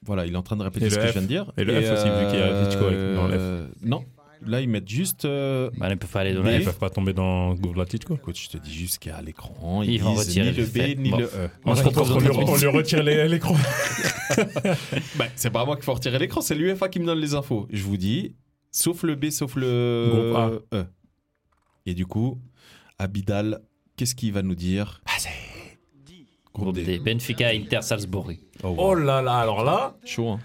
Voilà, il est en train de répéter Et ce le que je F. viens de dire. euh, Et le F aussi, vu qu'il y a Atletico avec- dans le Non, là, ils mettent juste... euh, Bah, ils peuvent pas aller dans Mais- la Ils peuvent pas tomber dans le groupe de l'Atlético. Écoute, je te dis juste qu'il y a à l'écran, Ils ils, vont disent retirer ni le le fait. B ni Bon. le E. On se retrouve On lui, on lui dans retire les- l'écran. Bah, c'est pas moi qui faut retirer l'écran, c'est l'UFA qui me donne les infos. Je vous dis, sauf le B, sauf le Groupe E. Et du coup, Abidal, qu'est-ce qu'il va nous dire Groupe D. des Benfica, Inter, Salzbourg. Oh, Oh là là, alors là, chaud. hein.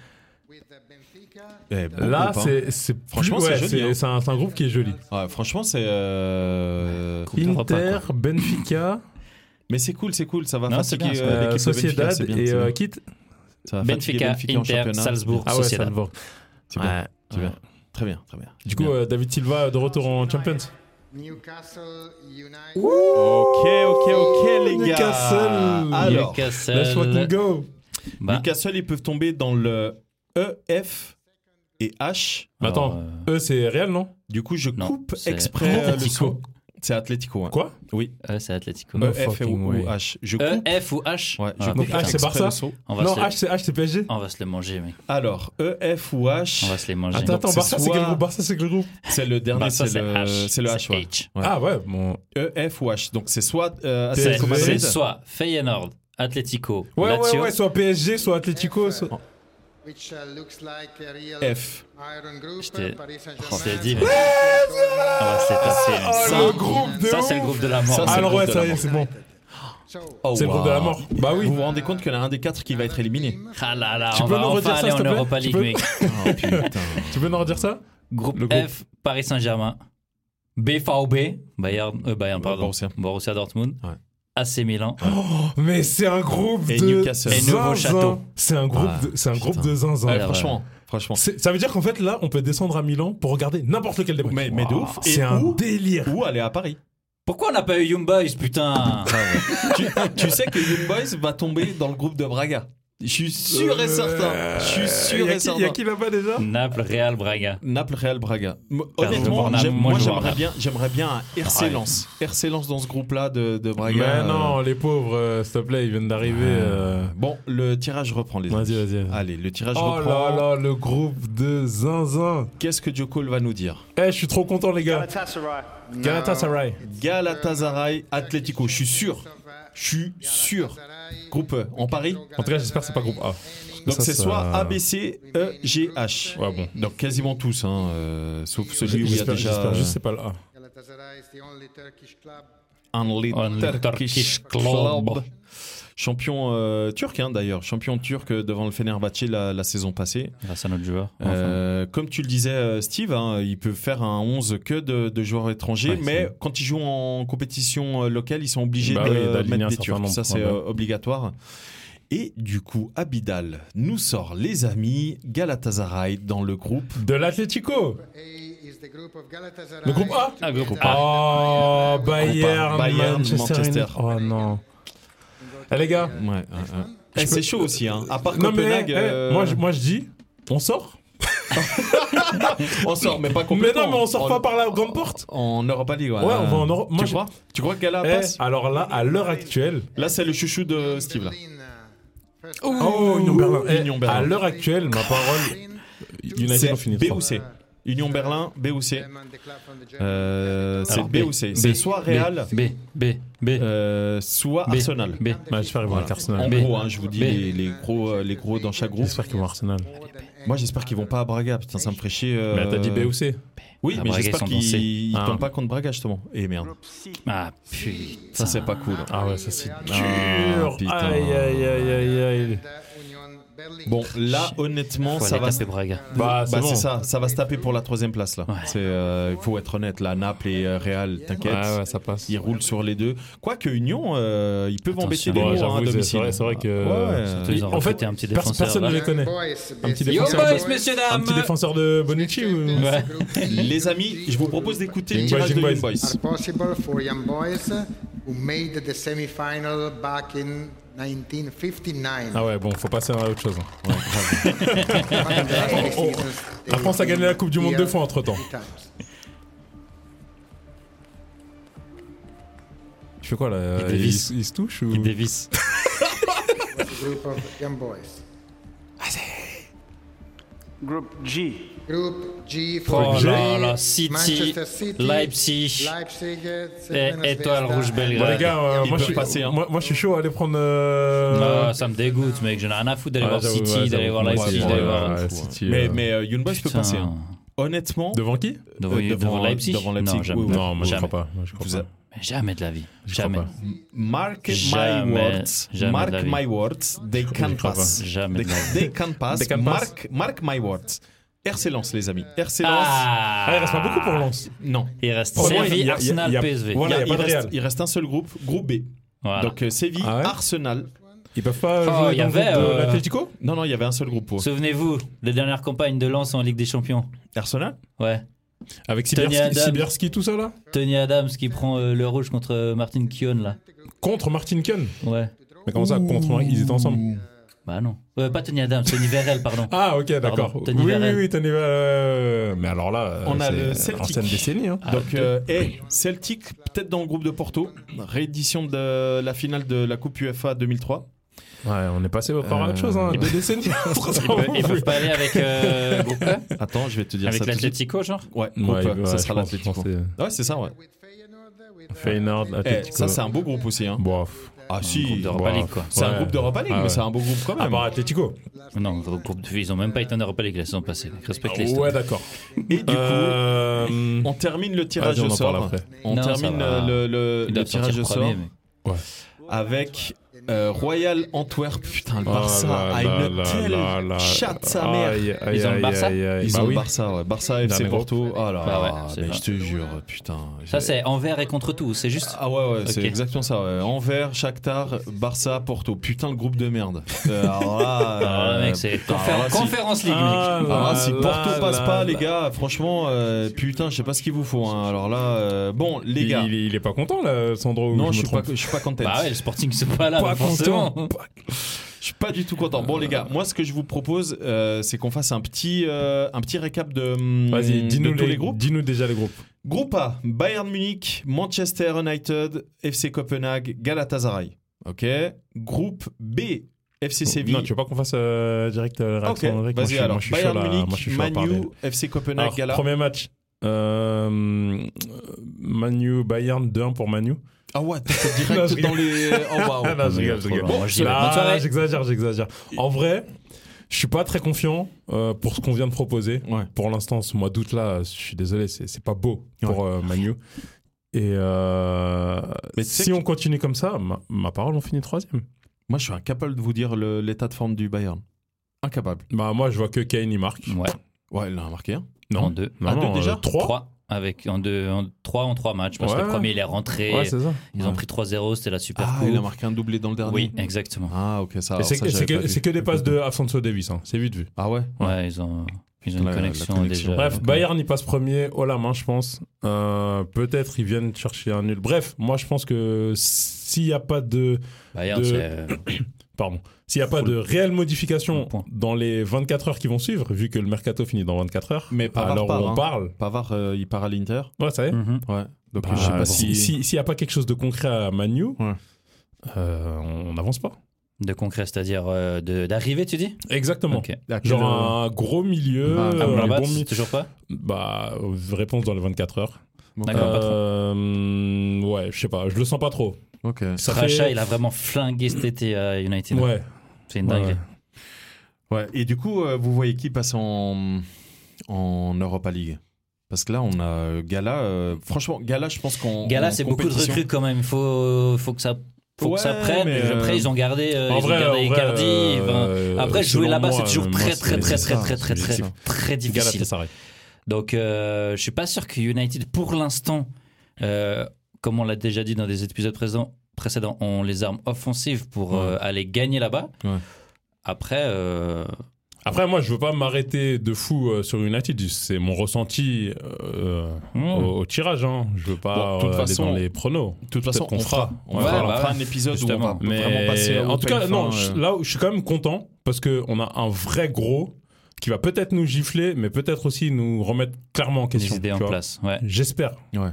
Eh, bon là groupe, hein. c'est c'est plus- Franchement, c'est ouais, joli, c'est hein. c'est un, c'est un groupe qui est joli. Ouais, franchement, c'est. euh, Coupe d'Europe, Inter, Benfica, Mais c'est cool, c'est cool. Ça va Non, c'est fatiguer bien, euh, euh, l'équipe de Benfica, Sociedad c'est bien, et c'est bien. euh, quitte. Ça va fatiguer Benfica, en Inter, championnat. Salzbourg, Ah ouais, Sociedad. Salzbourg. C'est bien, Ouais. c'est bien. Très bien, très bien. Du coup, euh, David Silva de retour en Champions. Newcastle United. Ok, ok, ok, Oh, les gars. Newcastle. Alors, Newcastle. Let's fucking go. Bah, Newcastle, ils peuvent tomber dans le E, F et H. Mais alors, attends, euh, eux c'est Real non Du coup, je Non, coupe c'est exprès euh, le Atlético. son. C'est Atlético. hein. Quoi Oui. E, c'est Atlético. No E, F ou, fucking ou way. H. Je coupe. E, F ou H Ouais, je Ah, coupe Donc H, putain, c'est exprès Barça le son. on va Non, se H les- c'est H c'est PSG. On va se les manger, mec. Alors, E, F ou H. On va se les manger. Attends, attends, Donc, Barça c'est c'est quel soit- groupe Barça c'est quel groupe C'est le dernier, Bah, ça, c'est le c'est le H. ouais. H. Ouais. Ah ouais, bon. E, F ou H. Donc, c'est soit euh, C'est- Atlético C'est Madrid. soit Feyenoord, Atlético, Ouais, ouais, Lazio. ouais, soit PSG, soit Atlético. soit- Which uh, looks like a real F. iron group. Je t'ai- Paris Je t'ai Saint-Germain. dit, mais- On va se les passer, mais Oh, ça- le groupe de Ça, ouf. c'est le groupe de la mort. Ça, c'est- Alors le Ah, ouais, groupe de ça la y est, mort. c'est bon. So, Oh, C'est le groupe de la mort. Bah oui. Vous vous rendez compte qu'il y en a un des quatre qui va être éliminé Euh, Ah là là, Tu on peux va nous redire enfin ça, aller s'il te en plaît Europa Tu League, peux- mec. Oh, putain. Tu peux nous redire ça Groupe, Le groupe. F, Paris Saint-Germain. BVB, Bayern, euh, Bayern, pardon. Borussia. Dortmund. Ouais. AC Milan. Oh, Mais c'est un groupe Et de Newcastle. Et Nouveau zinzin. Château. C'est un groupe, Ah, de, c'est un groupe putain. de zinzin. Ouais, Alors, franchement, franchement. C'est- Ça veut dire qu'en fait là, on peut descendre à Milan pour regarder n'importe lequel des matchs. Mais- mais de ouf. C'est Et un où délire. Ou aller à Paris. Pourquoi on n'a pas eu Young Boys, putain tu, tu sais que Young Boys va tomber dans le groupe de Braga. Je suis sûr et certain. Je suis sûr et Il Euh, y certain. a qui là-bas déjà Naples, Real, Braga. Naples, Real, Braga. M- je vais Honnêtement, voir Naples. j'aime- Moi, moi je vais voir j'aimerais Naples. bien, j'aimerais bien un RC Ouais. Lens. RC Lens dans ce groupe-là de, de Braga. Ah, Mais Euh, non, les pauvres, euh, s'il te plaît, ils viennent d'arriver. euh, Bon, le tirage reprend les. Vas-y, amis. vas-y. vas-y. Allez, le tirage Oh reprend. là là, le groupe de zinzin. Qu'est-ce que Joko va nous dire Eh, je suis trop content, les gars. Galatasaray. Galatasaray, Atlético. Je suis sûr. Je suis sûr. Groupe E. En Paris. En tout cas, j'espère que c'est pas groupe A. Donc Ça, c'est ça- soit ABC, E, G, H. Ouais, bon. Donc quasiment tous, hein, euh, sauf celui où il y a J'espère déjà j'espère juste que c'est pas le A. Galatasaray is the only Turkish club. un Only Turkish, Turkish Club. Club. Champion euh, turc, hein, d'ailleurs. Champion turc euh, devant le Fenerbahçe la, la saison passée. Grâce à notre joueur. enfin. Euh, comme tu le disais, euh, Steve, hein, il peut faire un 11 que de, de joueurs étrangers, Ouais, mais quand ils jouent en compétition euh, locale, ils sont obligés de Bah oui, d'aligner mettre un des certain Turcs. nombre, Ça, c'est ouais, bah. euh, obligatoire. Et du coup, Abidal nous sort, les amis, Galatasaray dans le groupe. De l'Atlético. A is the group of Galatasaray. Le groupe A Ah, groupe A. Oh, Bayern, Bayern, Manchester, Manchester. United. Oh non. Eh, les gars. Ouais, ouais, ouais. Eh, c'est chaud aussi, hein. À part Non, mais Copenhague, eh, eh, euh, moi, je- moi, je dis, on sort. on sort, mais pas Mais complètement. Oh, non, mais on sort pas par la grande porte. En Europa League, ouais. Ouais, on va en Europe. Moi, tu je- crois Tu crois que Gala Eh, passe alors là, à l'heure actuelle, Là, c'est le chouchou de Euh, Steve, là. Oh, Union Berlin. Eh, Union Berlin. À l'heure actuelle, ma parole, United C'est ont fini. B ou C Union Berlin, B ou C Euh, C'est Alors, B ou C C'est soit Real, B, B, B, euh, soit B, Arsenal. B. Ouais, Bah, j'espère qu'ils vont avec En Arsenal. B. gros, hein, je vous dis euh, les, les gros, euh, les gros dans chaque groupe. J'espère qu'ils vont Arsenal. B. Moi, j'espère qu'ils vont pas à Braga. Putain, ça me ferait chier. euh, Mais t'as dit B ou C Oui, Ah, mais Braga, j'espère ils sont dans qu'ils C. ils Ah. tombent pas contre Braga, justement. Et merde. Ah putain. Ça, c'est pas cool. Ah ouais, ça c'est dur. Ah, putain. aïe, aïe, aïe, aïe, aïe. Bon, là, honnêtement, Faut ça aller va. taper Braga. Bah, Bah, c'est c'est bon. ça, ça va se taper pour la troisième place là. Ouais. C'est, euh, il faut être honnête, là, Naples et euh, Real, t'inquiète, Ouais, ouais, ça passe. ils roulent sur les deux. Quoique Union, euh, ils peuvent embêter Attention. les Ouais, lourds, hein, j'avoue, à c'est- domicile. c'est vrai- c'est vrai que- Ouais. Surtout, ils ont En recruté fait, un petit pers- défenseur. personne ne là. les connaît. Un petit Yo défenseur. boys, messieurs Un dames. petit défenseur de Bonucci ou Ouais. Les amis, je vous propose d'écouter le Young tirage de Boys, Young Young Boys. are possible for young boys who made the semi-final back in 1959. Ah ouais, bon, faut passer à autre chose. hein. But the last three seasons, La France a they gagné la Coupe du Monde appear deux fois entre-temps. three times. Je fais quoi là Il il, dévisse. se- il se touche ou Il dévisse. The group of young boys. Group G, Group G for Oh G. là là, City, Manchester City, Leipzig Leipzig, et Zvezda, Étoile Rouge Bon, les Belgrade. gars, euh, Ils moi, peuvent je suis, passer, hein. moi, moi, je suis chaud à aller prendre. euh, Ah, ça me dégoûte, mec. J'en ai rien à foutre d'aller Ouais, voir j'avoue, City, ouais, d'aller j'avoue. voir Ouais, Leipzig, ouais, d'aller ouais, voir. ouais, City, Mais, euh, mais euh, Young Boys peut Putain. passer. hein. Honnêtement, Devant qui Devant, Euh, devant devant- Leipzig devant Leipzig, Non, jamais. oui, oui. Non, moi je jamais. crois pas. Moi, je crois Bah, vous pas. a- Jamais de la vie. Je crois Jamais. pas. mark my Jamais- words, jamais de mark la vie. my words, they can crois pas. pass. Jamais They, de la vie. they can pass. They can pass. Mark, mark my words. RC Lance, les amis. RC Lance. Ah, Ah, il reste pas beaucoup pour Lens. Non. Il reste Au moins, il Séville, y a- il Arsenal, y a- PSV. Voilà, Il y a- y a pas il de reste- Real. Il reste un seul groupe, groupe B. Voilà. Donc euh, Séville, Ah ouais Arsenal. Ils peuvent pas Oh, il jouer y dans le avait, groupe de euh, l'Atlético Ah. Non, non, il y avait un seul groupe. ouais. Souvenez-vous, les dernières campagnes de Lens en Ligue des Champions. Arsenal Ouais. Avec Tony Sibierski, Adams. Sibierski, tout ça là Tony Adams qui prend euh, le rouge contre euh, Martin Kion, là. Contre Martin Kuhn Ouais. Mais comment ça Contre Ils étaient ensemble Bah non. Ouais, pas Tony Adams, Tony Verrel, pardon. Ah, ok, d'accord. Oui, Tony oui, Varane. oui, Tony Varane. Mais alors là, euh, On a c'est le Celtic. Ancienne décennie. Hein. Donc, euh, hey, Celtic, peut-être dans le groupe de Porto. Réédition de la finale de la Coupe UEFA 2003. Ouais, on est passé par Euh, autre chose. Hein. ils Deux décennies. Ils peuvent pas aller avec euh, groupe E A Attends, je vais te dire Avec ça. tout de suite. l'Atletico, genre Ouais, Ouais, groupe, ouais, euh, ça je sera pense- je l'Atlético. pense que Ouais, c'est ça, ouais. with Feyenoord, with, c'est uh, Feyenoord, with, Eh, Atlético. ça, c'est un beau groupe aussi. Hein. Bon, Ah, Groupe si. d'Europa League, quoi. C'est un groupe d'Europa League, Ah, ouais. mais c'est un beau groupe quand À même. part Atlético. Non, gros groupe de- ils ont même pas été en Europa League la saison passée. mec. Ah, Respecte les ouais, stats. d'accord. Et du coup, Euh, on termine le tirage vas-y, on au en parle sort. après. On Non, ça termine va. euh, le, le, Ils le doivent tirage sortir au premier, sort mec. avec euh, Royal Antwerp. Putain, le Barça Ah là a là une là telle là là. chatte sa mère. Aïe, aïe, Ils ont le aïe, Barça aïe, aïe. Ils Bah ont oui. le Barça, ouais. Barça FC mais gros. Porto. Ah là Bah ouais, là, c'est mais vrai. je te jure, putain. Ça, c'est envers et contre tout, c'est juste. Ah ouais, ouais, c'est Ok. exactement ça. Ouais. Anvers, Shakhtar, Barça, Porto. Putain, le groupe de merde. Euh, alors là, Ah, euh, mec, c'est Bah, alors confé- là, si- conférence League, Ah, mec. alors là, si Là, Porto là, passe pas, là, les là. gars, franchement, euh, putain, je sais pas ce qu'il vous faut. hein. Alors là, euh, bon, les Il, gars. il, il est pas content là, Sandro. ou Non, me je suis pas, trompe je suis pas content. Bah ouais, le Sporting, c'est pas là, Pas mais forcément. content. Je suis pas du tout content. Bon, les gars, moi, ce que je vous propose, euh, c'est qu'on fasse un petit, euh, un petit récap de, hum, Vas-y, de dis-nous tous les, les, groupes. Dis-nous déjà les groupes. Groupe A Bayern Munich, Manchester United, FC Copenhague, Galatasaray. Ok. Groupe B FC Séville. Non, tu veux pas qu'on fasse euh, direct euh, Ok, réaction avec vas-y alors. Bayern Munich, Manu, Manu, FC Copenhague, Gala. Premier match. Euh, Manu, Bayern 2-1 pour Manu. Ah ouais, t'es Non, direct je dans les. Oh waouh. Ah non, je rigole, je rigole. Moi, je dis, Là, bonne soirée. j'exagère, j'exagère. En vrai, je suis pas très confiant euh, pour ce qu'on vient de proposer. Ouais. Pour l'instant, ce mois d'août là, je suis désolé, c'est c'est pas beau pour euh, Manu. Et euh, Mais tu sais si que- on continue comme ça, ma, ma parole, on finit troisième. Moi, je suis incapable de vous dire le- l'état de forme du Bayern. Incapable. Bah moi, je vois que Kane il marque. Ouais, Ouais, il en a marqué un. en deux. non, Ah, deux non, déjà euh, trois. 3 avec en deux, en trois en trois matchs parce que Ouais. le premier il est rentré. Ouais, c'est ça. ils ont pris 3-0, c'était la super Ah, coupe. il a marqué un doublé dans le dernier. Oui, exactement. Ah, ok, ça. Et alors C'est ça, c'est j'avais pas que, vu. c'est que des passes de Afonso Davis, hein. c'est vite vu. Ah ouais Ouais, ils ont ils ont La- une la connexion, connexion. bah, déjà. Bref, donc, Bayern y passe premier, haut la main, je pense. Euh, Peut-être ils viennent chercher un nul. Bref, moi je pense que s'il n'y a pas de, euh, Bayern, de- c'est pardon, s'il y a pas de réelle modification Point. dans les 24 heures qui vont suivre, vu que le mercato finit dans 24 heures, Mais Pavard alors part, on hein. parle, Pavard, euh, il part à l'Inter. ouais, ça y est. Mhm. Ouais. Donc, Bah, je sais pas si- si. si- s'il n'y a pas quelque chose de concret à Manu, Ouais. euh, on n'avance pas. de concret, c'est-à-dire euh, de- d'arriver, tu dis Exactement. Ok. à quel, Genre euh, un gros milieu, Ah, un Ah, Amrabat, bon mi- toujours pas bah, réponse dans les 24 heures. D'accord, pas trop. Euh, ouais, je sais pas, je le sens pas trop. Ok. Ça Racha, fait- il a vraiment flingué cet été à United. Ouais, C'est une Ouais, dinguerie. ouais. Ouais. Et du coup, euh, vous voyez qui passe en, en Europa League Parce que là, on a Gala. euh, franchement, Gala, je pense qu'on. Gala, c'est beaucoup de recrues quand même. Faut, faut que ça. Faut Ouais, que ça prenne. mais, euh, Après, ils ont gardé, euh, En ils vrai, ont gardé en vrai, Icardi. euh, enfin, euh, après, selon jouer là-bas, moi, c'est toujours euh, très, moi, très, c'est- très, c'est très, ça, très, très, c'est très, difficile. très difficile. Galatasaray. Donc, euh, je suis pas sûr que United, pour l'instant, euh, comme on l'a déjà dit dans des épisodes présents- précédents, ont les armes offensives pour Ouais. euh, aller gagner là-bas. Ouais. Après, euh, Après, moi, je veux pas m'arrêter de fou euh, sur United. C'est mon ressenti euh, Mm. Hmm. au, au tirage. Hein. Je veux Bon, pas de toute euh, aller façon, dans les pronos. De toute façon, Peut-être qu'on on fera. On Ouais, fera, bah on fera ouais. un épisode où on Justement. va Mais vraiment passer. au en tout cas, PLF1, non, euh, je- là, où je suis quand même content parce que on a un vrai gros qui va peut-être nous gifler, mais peut-être aussi nous remettre clairement en question. Euh, les idées tu en vois. place. Ouais. J'espère. Ouais.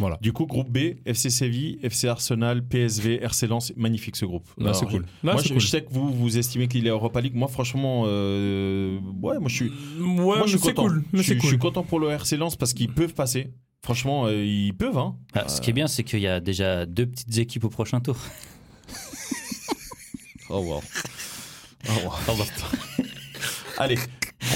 Voilà. Du coup, groupe B, FC Séville, FC Arsenal, PSV, RC Lens, magnifique ce groupe. Là, Alors, c'est cool. Moi, Là, je, c'est cool. je sais que vous vous estimez qu'il est Europa League. Moi, franchement, euh, ouais, moi je suis, Ouais, moi, je suis mais c'est content. cool. je, Mais suis- c'est je suis cool. content pour le RC Lens parce qu'ils peuvent passer. Franchement, euh, ils peuvent. Hein. Ah, ce qui est bien, c'est qu'il y a déjà deux petites équipes au prochain tour. Oh wow. Oh, wow. Allez,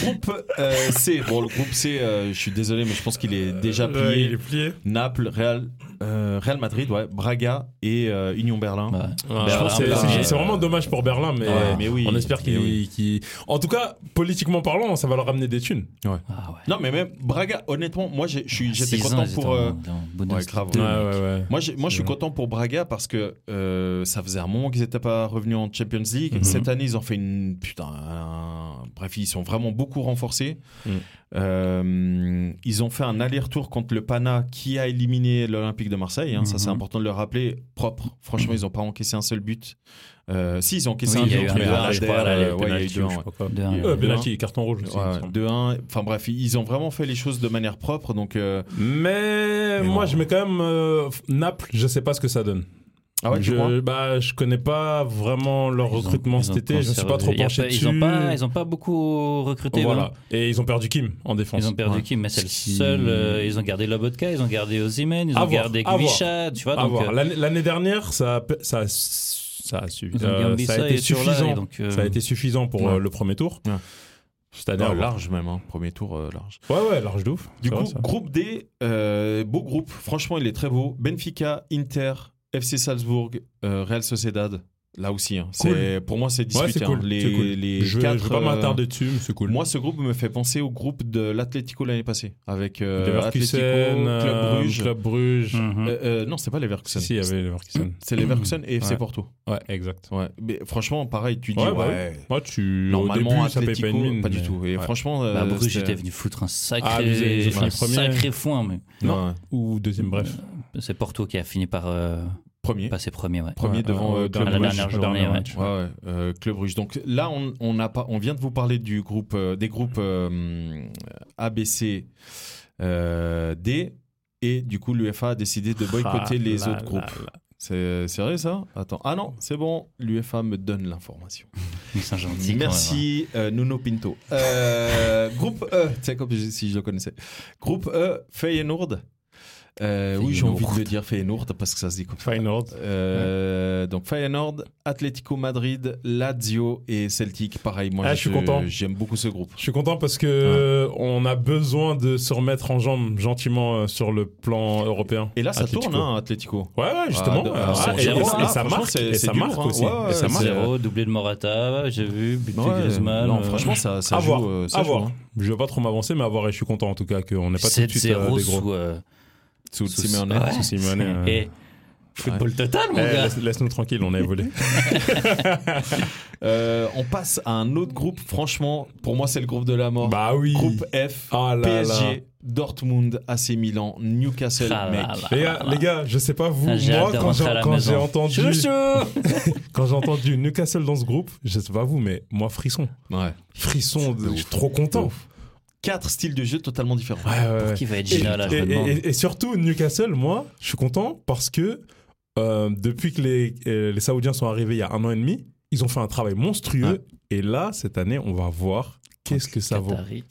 groupe euh, C. Bon, le groupe C, euh, je suis désolé, mais je pense qu'il est Euh, déjà plié. Ouais, il est plié. Naples, Real, euh, Real Madrid, ouais, Braga et euh, Union Berlin. Ouais. Ouais, je Berlin, pense que c'est- Berlin, c'est euh, c'est vraiment dommage pour Berlin, mais, Ouais, mais oui. on espère qu'il. Mais oui. qu'il- En tout cas, politiquement parlant, ça va leur ramener des thunes. Ah ouais. Non, mais même Braga, honnêtement, moi j'ai- je suis- j'étais Six ans, content ils pour. étaient en- euh, en Bundesliga. ouais, grave. ouais, euh, ouais. Moi, j'ai- moi je suis Ouais. content pour Braga parce que euh, ça faisait un moment qu'ils n'étaient pas revenus en Champions League. Mhm. Cette année, ils ont fait une. Putain. un- Bref, ils sont vraiment beaucoup renforcés. Mhm. Euh, ils ont fait un aller-retour contre le Pana qui a éliminé l'Olympique de Marseille. hein. Ça, c'est Mhm. important de le rappeler. Propre. Franchement, ils n'ont pas encaissé un seul but. Euh, si, ils ont encaissé Oui, un il y a but. eu un mais but, à je la crois, dernière, là, euh, ouais, il y a eu deux, un, ouais. De un, Euh, Euh, Benaki, carton rouge. aussi, il me Ouais, semble. 2-1. Enfin bref, ils ont vraiment fait les choses de manière propre. Donc, euh, Mais, Mais moi, bon. je mets quand même euh, Naples. Je sais pas ce que ça donne. Ah tu crois je, bah, je connais pas vraiment leur Ils ont- recrutement ils ont cet été. Je me suis pas conservé- trop il y a penché pas- dessus. Ils ont pas, ils ont pas beaucoup recruté. voilà. hein. Et ils ont perdu Kim en défense. Ils ont perdu Ouais. qui mais c'est le Ce qui- seul. euh, ils ont gardé Lobotka, ils ont gardé Ozymen, ils À ont voir, gardé à voir. Kvisha, tu vois. À donc, voir. euh, L'année l'année dernière, ça, a pe- ça, a- ça a su- ils ont euh, Gambissa ça a et été Turla, et suffisant. donc, euh, Ça a été suffisant pour Ouais. euh, le premier tour. Ouais. C'est-à-dire Ah, large même, hein. premier tour euh, large. Ouais, ouais, large de ouf. Du C'est coup, vrai, ça. groupe D, euh, beau groupe. Franchement, il est très beau. Benfica, Inter, FC Salzbourg, euh, Real Sociedad. Là aussi, hein. C'est- pour moi, c'est ouais, disputé. c'est hein. cool. Les, c'est cool. les je, vais- quatre, je vais pas euh, m'attarder dessus, mais c'est cool. Moi, ce groupe me fait penser au groupe de l'Atlético l'année passée, avec euh, Atlético, Leverkusen, Club euh, Bruges. Club Bruges. mhm. Euh, euh, non, c'est pas Leverkusen. Si, si, il y avait Leverkusen. C'est Leverkusen et FC Ouais. Porto. Ouais, exact. Ouais. Mais franchement, pareil, tu dis Ouais, bah ouais, Moi, tu. Normalement, au début, ça paye pas Atlético, une mine. du mais- tout. Et ouais. franchement, euh, bah, Bruges c'était- était venu foutre un Ah, ils ont- sacré, ils ont fini un premier. sacré foin. Mais non, Ou deuxième, bref. Euh, c'est Porto qui a fini par euh, premier, passer premier, ouais. premier Ouais, devant euh, euh, Club à la Brugge. dernière journée, ouais. match. Ouais, ouais, euh, Club Bruges. Donc là, on, on a pas, on vient de vous parler du groupe, euh, des groupes euh, ABC, euh, D, et du coup l'UFA a décidé de boycotter Ah les là autres là groupes. C'est c'est vrai ça Attends, ah non, c'est bon, l'UFA me donne l'information. Ils sont gentils, quand même, Merci euh, Nuno Pinto. Euh, groupe E, tu sais comme je- si je le connaissais. Groupe E, Feyenoord. Euh, oui, j'ai envie de le dire Feyenoord parce que ça se dit comme ça. Feyenoord. Euh, Donc Feyenoord, Atlético Madrid, Lazio et Celtic. Pareil, moi Ah, je suis content. J'aime beaucoup ce groupe. Je suis content parce que euh, on a besoin de se remettre en jambes gentiment euh, sur le plan européen. Et là, ça Atlético. tourne, hein, Atlético. Ouais, ouais, justement. Ah, de- Ah, ah, et, c'est et- dur, et hein. ça Franchement, marque, c'est- et ça c'est dur, marque hein. aussi. Ouais, ouais, et ça ouais. marque. Merci. Zéro, doublé de Morata, j'ai vu, but de Ouais, Griezmann. non, euh, franchement, ça, ça à joue. voir, euh, ça à joue, voir. hein. Je veux pas trop m'avancer, mais à voir. Et je suis content en tout cas qu'on n'est pas tout de suite euh, 7-0 des gros. sous, euh, Sous le sous- Simeone. ouais. Sous Simeone, euh, Et football total, mon eh, gars. laisse- Laisse-nous tranquille, on a évolué. Euh, on passe à un autre groupe. Franchement, pour moi, c'est le groupe de la mort. bah oui. Oh. Groupe F, Ah là PSG, là. Dortmund, AC Milan, Newcastle, Ah là mec. là. Les gars, euh, les gars, je sais pas vous, Ah, j'ai moi hâte de quand j'ai rentrer à la quand maison. j'ai entendu Chouchou quand j'ai entendu Newcastle dans ce groupe, je sais pas vous, mais moi frisson, Ouais. frisson, C'est de- ouf. je suis trop content. Quatre styles de jeu totalement différents. Ouais, ouais, ouais. Qui va être Et, Gina, là, je et- me demande. et- et- et surtout Newcastle, moi, je suis content parce que euh, depuis que les, euh, les Saoudiens sont arrivés il y a un an et demi, ils ont fait un travail monstrueux. Ouais. Et là, cette année, on va voir qu'est-ce que ça vaut. Qataris.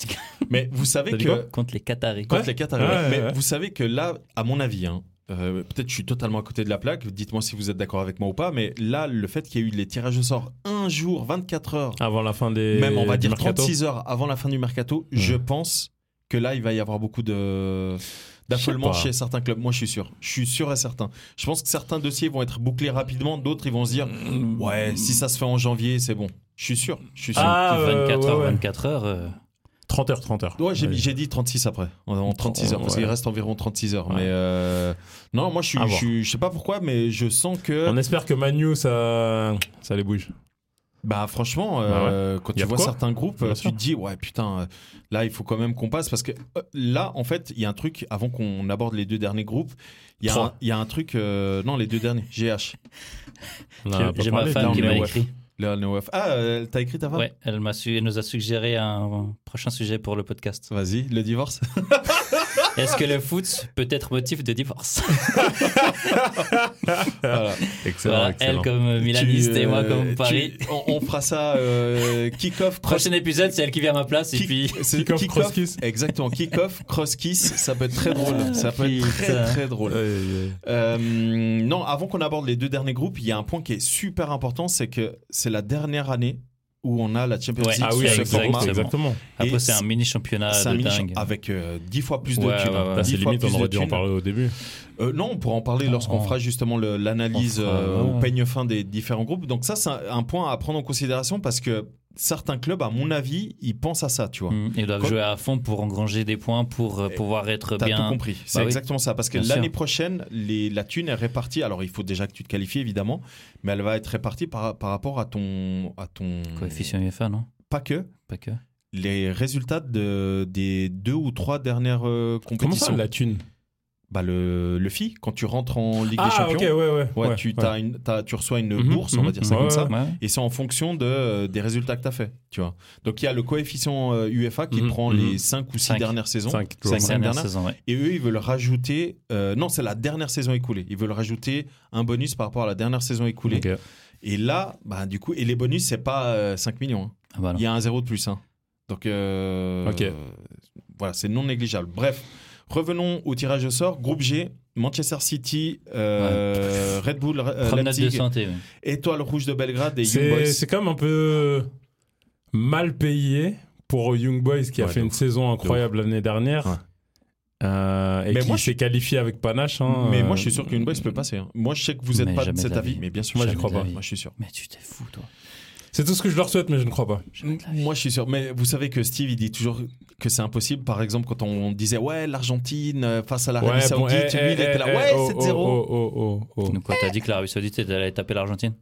Mais vous savez T'as dit que quoi euh, Contre les Qataris. contre les Qataris, Ouais, ouais, mais ouais. vous savez que là, à mon avis, hein, euh, peut-être je suis totalement à côté de la plaque. Dites-moi si vous êtes d'accord avec moi ou pas. Mais là, le fait qu'il y ait eu les tirages au sort 21 jours, 24 heures, Avant la fin des. même on va du dire mercato. 36 heures avant la fin du mercato, je pense que là, il va y avoir beaucoup de d'affolement Je sais pas. chez certains clubs. Moi, je suis sûr. Je suis sûr et certain. Je pense que certains dossiers vont être bouclés rapidement, d'autres, ils vont se dire Mm. Ouais, si ça se fait en janvier, c'est bon. Je suis sûr. Je suis sûr. Ah, euh, 24 ouais, heures, ouais. 24 heures. euh, 30 heures, 30 heures. Ouais, j'ai Allez. mis- j'ai dit 36 après, en, en 36 heures, parce Ouais. qu'il reste environ 36 heures. Ouais. Mais euh, non, moi je suis, À je, voir. suis- je sais pas pourquoi, mais je sens que On espère que Manu, ça, ça les bouge. bah franchement, euh, quand Y tu a de vois quoi. certains groupes, Bien euh, sûr. tu te dis ouais putain, euh, là il faut quand même qu'on passe parce que euh, là en fait il y a un truc avant qu'on aborde les deux derniers groupes, il y a Trois. un- il y a un truc euh, non les deux derniers GH, On a pas J'ai j'ai ma parlé de femme qui Darnell m'a ouais. West. écrit. le le OF. Ah euh, t'as écrit ta femme. Ouais, elle, m'a su- elle nous a suggéré un prochain sujet pour le podcast. Vas-y, le divorce. Est-ce que le foot peut être motif de divorce Voilà. Excellent, Voilà, Elle excellent. comme euh, Milaniste Tu, et moi euh, comme tu- Paris. on, on fera ça euh, kick-off Prochain épisode, c'est elle qui vient à ma place et Kick- puis. c'est Kick-off, kick-off, cross-kiss. Exactement, kick-off, cross-kiss, ça peut être très drôle. Ça peut être Putain. très très drôle. Euh, non, avant qu'on aborde les deux derniers groupes, il y a un point qui est super important, c'est que c'est la dernière année où on a la Champions Ouais, League Ah oui, sur ce exactement. format. exactement. Après, Et c'est un c'est- mini championnat C'est un de mini-champ- dingue. avec euh, 10 fois plus de Ouais, thunes. ouais, hein. ouais. Là, 10 c'est fois limite, plus on de aurait dû en thunes. parler au début. Euh, non, on pourra en parler lorsqu'on on- fera justement le- l'analyse on fera, euh, au ouais. peigne fin des différents groupes. Donc ça, c'est un, un point à prendre en considération parce que certains clubs, à mon avis, ils pensent à ça, tu vois. Mm, Ils doivent Quoi- jouer à fond pour engranger des points, pour euh, pouvoir être T'as tout bien. compris. C'est Bah oui. exactement ça. Parce que Bien sûr. l'année prochaine, les, la thune est répartie. Alors, il faut déjà que tu te qualifies, évidemment. Mais elle va être répartie par, par rapport à ton, à ton. Coefficient Mm. UEFA, non Pas que. Pas que. Les résultats de, des deux ou trois dernières euh, Comment compétitions. ça, la thune bah, le, le FI, quand tu rentres en Ligue des Ah, Champions, ok, ouais, ouais. ouais, tu, t'as une- t'as- tu reçois une Mhm, bourse, on mhm, va dire ça ouais, comme ça. ouais. Ouais. Et c'est en fonction de, euh, des résultats que tu as fait. Tu vois. Donc, il y a le coefficient euh, UEFA qui Mhm, prend mhm. les cinq ou six Cinq. dernières saisons. Cinq, Cinq, ouais. cinq Dernière dernières. saison, ouais. Et eux, ils veulent rajouter. euh, non, c'est la dernière saison écoulée. Ils veulent rajouter un bonus par rapport à la dernière saison écoulée. Ok. Et là, bah, du coup, et les bonus, c'est pas euh, 5 millions. hein. Ah bah non. Il y a un zéro de plus. hein. Donc, euh, Ok. euh, voilà, c'est non négligeable. Bref, revenons au tirage au sort. Groupe G, Manchester City, euh, Red Bull, euh, Promenade de Leipzig, santé. ouais. Étoile Rouge de Belgrade et Young C'est Boys. c'est comme un peu mal payé pour Young Boys qui a Ouais, fait de une ouf. saison incroyable l'année dernière. Ouais. Euh, et Mais qui moi, je- s'est qualifié avec panache. hein. Mais Euh, moi, je suis sûr qu'une Boys peut passer. hein. Moi, je sais que vous Mais n'êtes pas de jamais cet de la avis, vie. mais bien sûr, Moi, j'y jamais crois de la pas. vie. Moi, je suis sûr. Mais tu t'es fou, toi. C'est tout ce que je leur souhaite, mais je ne crois pas. Mm, Moi, je suis sûr. Mais vous savez que Steve, il dit toujours que c'est impossible. Par exemple, quand on disait, ouais, l'Argentine euh, face à l'Arabie bon, Saoudite, eh, lui, il eh, était là, eh, ouais, oh, 7-0. oh, oh, oh, oh. Donc, quoi, t'as dit que l'Arabie Saoudite elle allait taper l'Argentine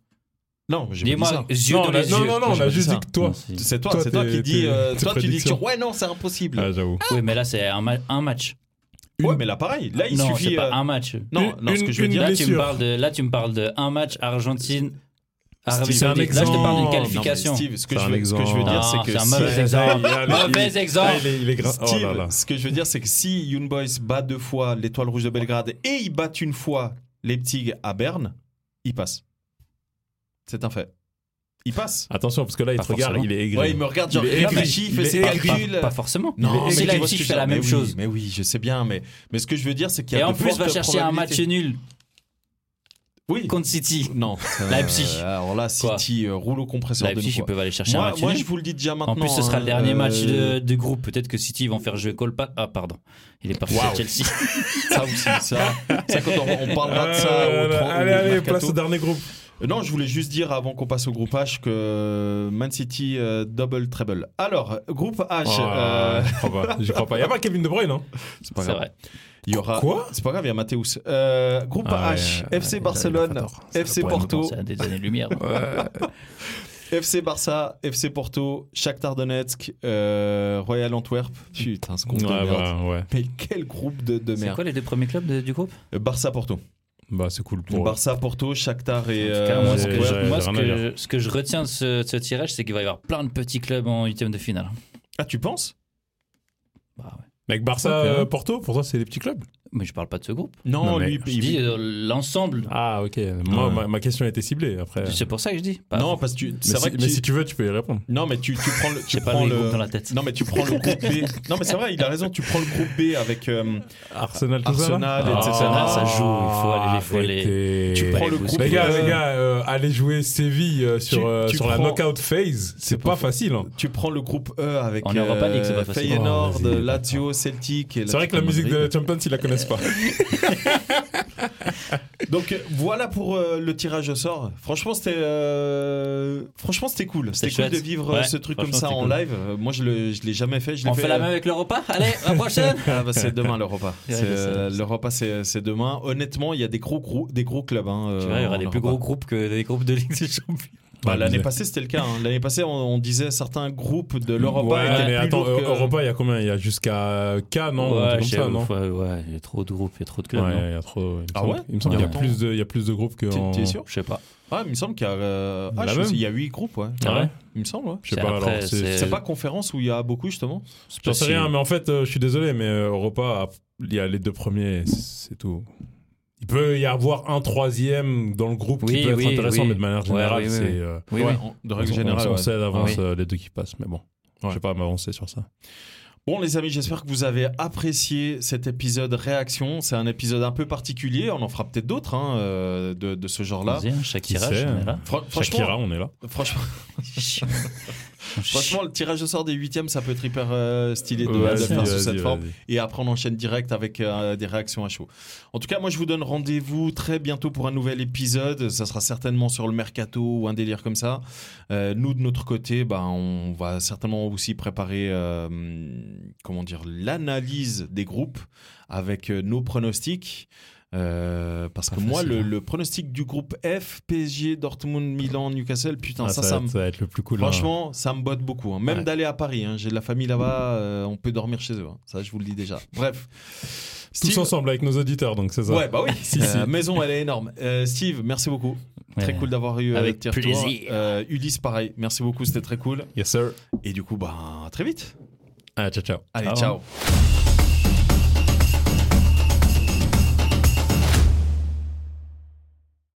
Non, j'ai pas dit ça. Dis-moi, yeux Non, dans on a- les non, yeux. non, non, Moi, on j'ai a pas juste dit dit ça. que toi. Non, si. C'est toi, Toi, c'est toi t'es- qui dis, t'es- euh, tes toi, tu dis, prédictions. ouais, non, c'est impossible. Ah, j'avoue. Oui, mais là, c'est un, ma- un match. Ouais, mais là, pareil. Là, il non, suffit. c'est pas euh, un match. Non, non, ce que je veux une- dire. Là tu, me blessure. parles de, là, tu me parles de un match Argentine. Arabie Ah, C'est un Saoudite. Là, je te parle d'une exemple. qualification. Non, mais Steve, ce que, C'est je un veux, ce que je veux exemple. dire, Ah, c'est que. c'est un si- mauvais exemple. Ah, il- Mauvais il- exemple. ah, il est- Il est grave. Oh Steve, là là. ce que je veux dire, c'est que si Young Boys bat deux fois l'étoile rouge de Belgrade et ils battent une fois Leipzig à Berne, ils passent. C'est un fait. Ils passent. Attention, parce que là, il Pas te regarde, forcément. il est aigri. Ouais, il me regarde genre, Il est il aigri. réfléchit, il fait Il est ses aigri. Pas, calculs. pas forcément. Non, mais tu si la vois ce que Leipzig je fait veux la dire. même Mais oui, chose. Mais oui, je sais bien, mais, mais ce que je veux dire, c'est qu'il y a Et de en plus, fortes va chercher un match probabilités. nul Oui. contre City. Non. euh, Leipzig. alors là, Quoi City, euh, rouleau compresseur Leipzig, de ils nouveau. peuvent Bah, aller chercher un Moi, match moi, nul. je vous le dis déjà maintenant. En plus, ce sera hein, le dernier match euh, de, de groupe. Peut-être que City ils vont faire jouer Colpa. Ah, pardon. Il est parti Waouh. à Chelsea. Ça aussi, ça. Ça, quand on, on parlera de ça. Euh, Ah, au tro- au allez, allez, mercato. place au dernier groupe. Euh, Non, je voulais juste dire avant qu'on passe au groupe H que Man City euh, double treble. Alors, groupe H, euh, Ah, Je crois pas. Je crois pas. Il n'y a pas Kevin De Bruyne, hein c'est pas C'est grave. vrai. Il y aura. Quoi C'est pas grave, il y a Mathéus. Euh, groupe Ah H, ouais, FC ouais, il Barcelone, a fait tort. FC Ça pourrait nous Porto, penser à des années-lumière. FC Barça, FC Porto, Shakhtar Donetsk, euh, Royal Antwerp. Putain, ce groupe de Ouais, merde. bah, ouais. Mais quel groupe de, de C'est merde. quoi les deux premiers clubs de- du groupe Euh, Barça Porto. Bah, c'est cool pour. Barça Porto, Shakhtar et En tout cas, moi, euh, ce j'ai- que, j'ai- je, moi, j'ai ce rien à que je- ce que je retiens de ce, de ce tirage, c'est qu'il va y avoir plein de petits clubs en huitième de finale. Ah, tu penses Bah, ouais. Mec, Barça, Ok. euh, Porto, pour toi, c'est des petits clubs Mais je parle pas de ce groupe. Non, Non, mais lui, Je il- dis euh, l'ensemble. Ah, ok. Moi, Ouais. ma, ma question a été ciblée après. C'est pour ça que je dis. Pas- Non, parce que tu- Mais, c'est vrai si, que mais tu- si tu veux, tu peux y répondre. Non, mais tu, tu prends le. Tu J'ai pas prends le groupe dans la tête. Non, mais tu prends le groupe B. Non, mais c'est vrai, il a raison. Tu prends le groupe B avec. euh, Arsenal, tout Arsenal, ça. là etc. Ah, ça joue, il faut aller- il faut aller- arrêtez. Tu prends les le boosts. groupe Les gars, Euh, les gars, euh, aller jouer Séville euh, sur, tu- euh, tu sur la prends- knockout phase, c'est pas facile. hein. tu prends le groupe E avec. euh, En Europa League, c'est pas facile. Feyenoord, Oh, vas-y. Lazio, Celtic. et C'est vrai que la musique de la Champions, ils la connaissent pas. Donc euh, voilà pour euh, le tirage au sort. Franchement, c'était euh, franchement c'était cool. C'était cool chouette. de vivre euh, Ouais, ce truc comme franchement, ça c'était en cool. live. Euh, Moi, je le, je l'ai jamais fait. Je l'ai On fait, fait la euh, même avec le repas Allez, à la prochaine Euh, Ah bah, c'est demain le repas. C'est, Ouais, je sais, euh, je sais. le repas c'est, c'est demain. Honnêtement, il y a des gros grou- des gros clubs. hein, euh, Tu verras, il y aura en des plus Europa. gros groupes que des groupes de Ligue des Champions. Bah, Ouais, l'année bizarre. passée c'était le cas. hein. L'année passée on, on disait certains groupes de l'Europa. Ouais, étaient mais plus euh, attends, lourds que- Europa, il y a combien Il y a jusqu'à K, non Un truc je sais, comme ça, non ouf, ouais, ouais, il y a trop de groupes, il y a trop de clubs. Ouais, non il y a trop. il me Ah semble- ouais Il me semble qu'il y a Ouais. plus de- il y a plus de groupes que. T'es- en- t'es sûr Je sais pas. Ah, il me semble qu'il y a euh, ah, La je même. sais, il y a huit groupes ouais. Ah ouais Il me semble ouais. Je sais C'est pas, après, alors. c'est- c'est- C'est pas conférence où il y a beaucoup justement. C'est J'en sais possible. rien, mais en fait, euh, je suis désolé, mais euh, Europa, il y a les deux premiers, c'est tout. Il peut y avoir un troisième dans le groupe Oui, qui peut oui, être intéressant, oui. mais de manière générale, Ouais, oui, oui, c'est. oui. euh, Oui, Ouais, oui. en- de on- règle on- générale. On ouais. sait d'avance Oui. euh, les deux qui passent, mais bon. Je vais pas m'avancer sur ça. Bon les amis, j'espère que vous avez apprécié cet épisode réaction. C'est un épisode un peu particulier. On en fera peut-être d'autres hein, euh, de, de ce genre-là. Vas-y, hein, Shakira, Qui euh sait, on est là. Fran- Shakira, on est là. franchement, franchement, le tirage au sort des huitièmes, ça peut être hyper euh, stylé de, Vas-y, de faire sous vas-y, cette forme. vas-y. Et après, on enchaîne direct avec euh, des réactions à chaud. En tout cas, moi, je vous donne rendez-vous très bientôt pour un nouvel épisode. Ça sera certainement sur le mercato ou un délire comme ça. Euh, nous, de notre côté, bah, on va certainement aussi préparer, euh, comment dire, l'analyse des groupes avec euh, nos pronostics. Euh, parce que Pas moi, facile, le, hein. le pronostic du groupe F, PSG, Dortmund, Milan, Newcastle, putain, Ah, ça, va ça être- me ça va être le plus cool. hein. Franchement, ça me botte beaucoup. hein. Même Ouais. d'aller à Paris, hein. j'ai de la famille là-bas, euh, on peut dormir chez eux. hein. Ça, je vous le dis déjà. Bref. Tous Steve- ensemble avec nos auditeurs, donc c'est ça. Ouais, bah oui. Si, Euh, si. maison, elle est énorme. Euh, Steve, merci beaucoup. Très Ouais. cool d'avoir eu euh, Avec tes retours. plaisir. Euh, Ulysse, pareil. Merci beaucoup, c'était très cool. Yes, sir. Et du coup, bah, à très vite. Ah, ciao, ciao. Allez, Ciao. ciao.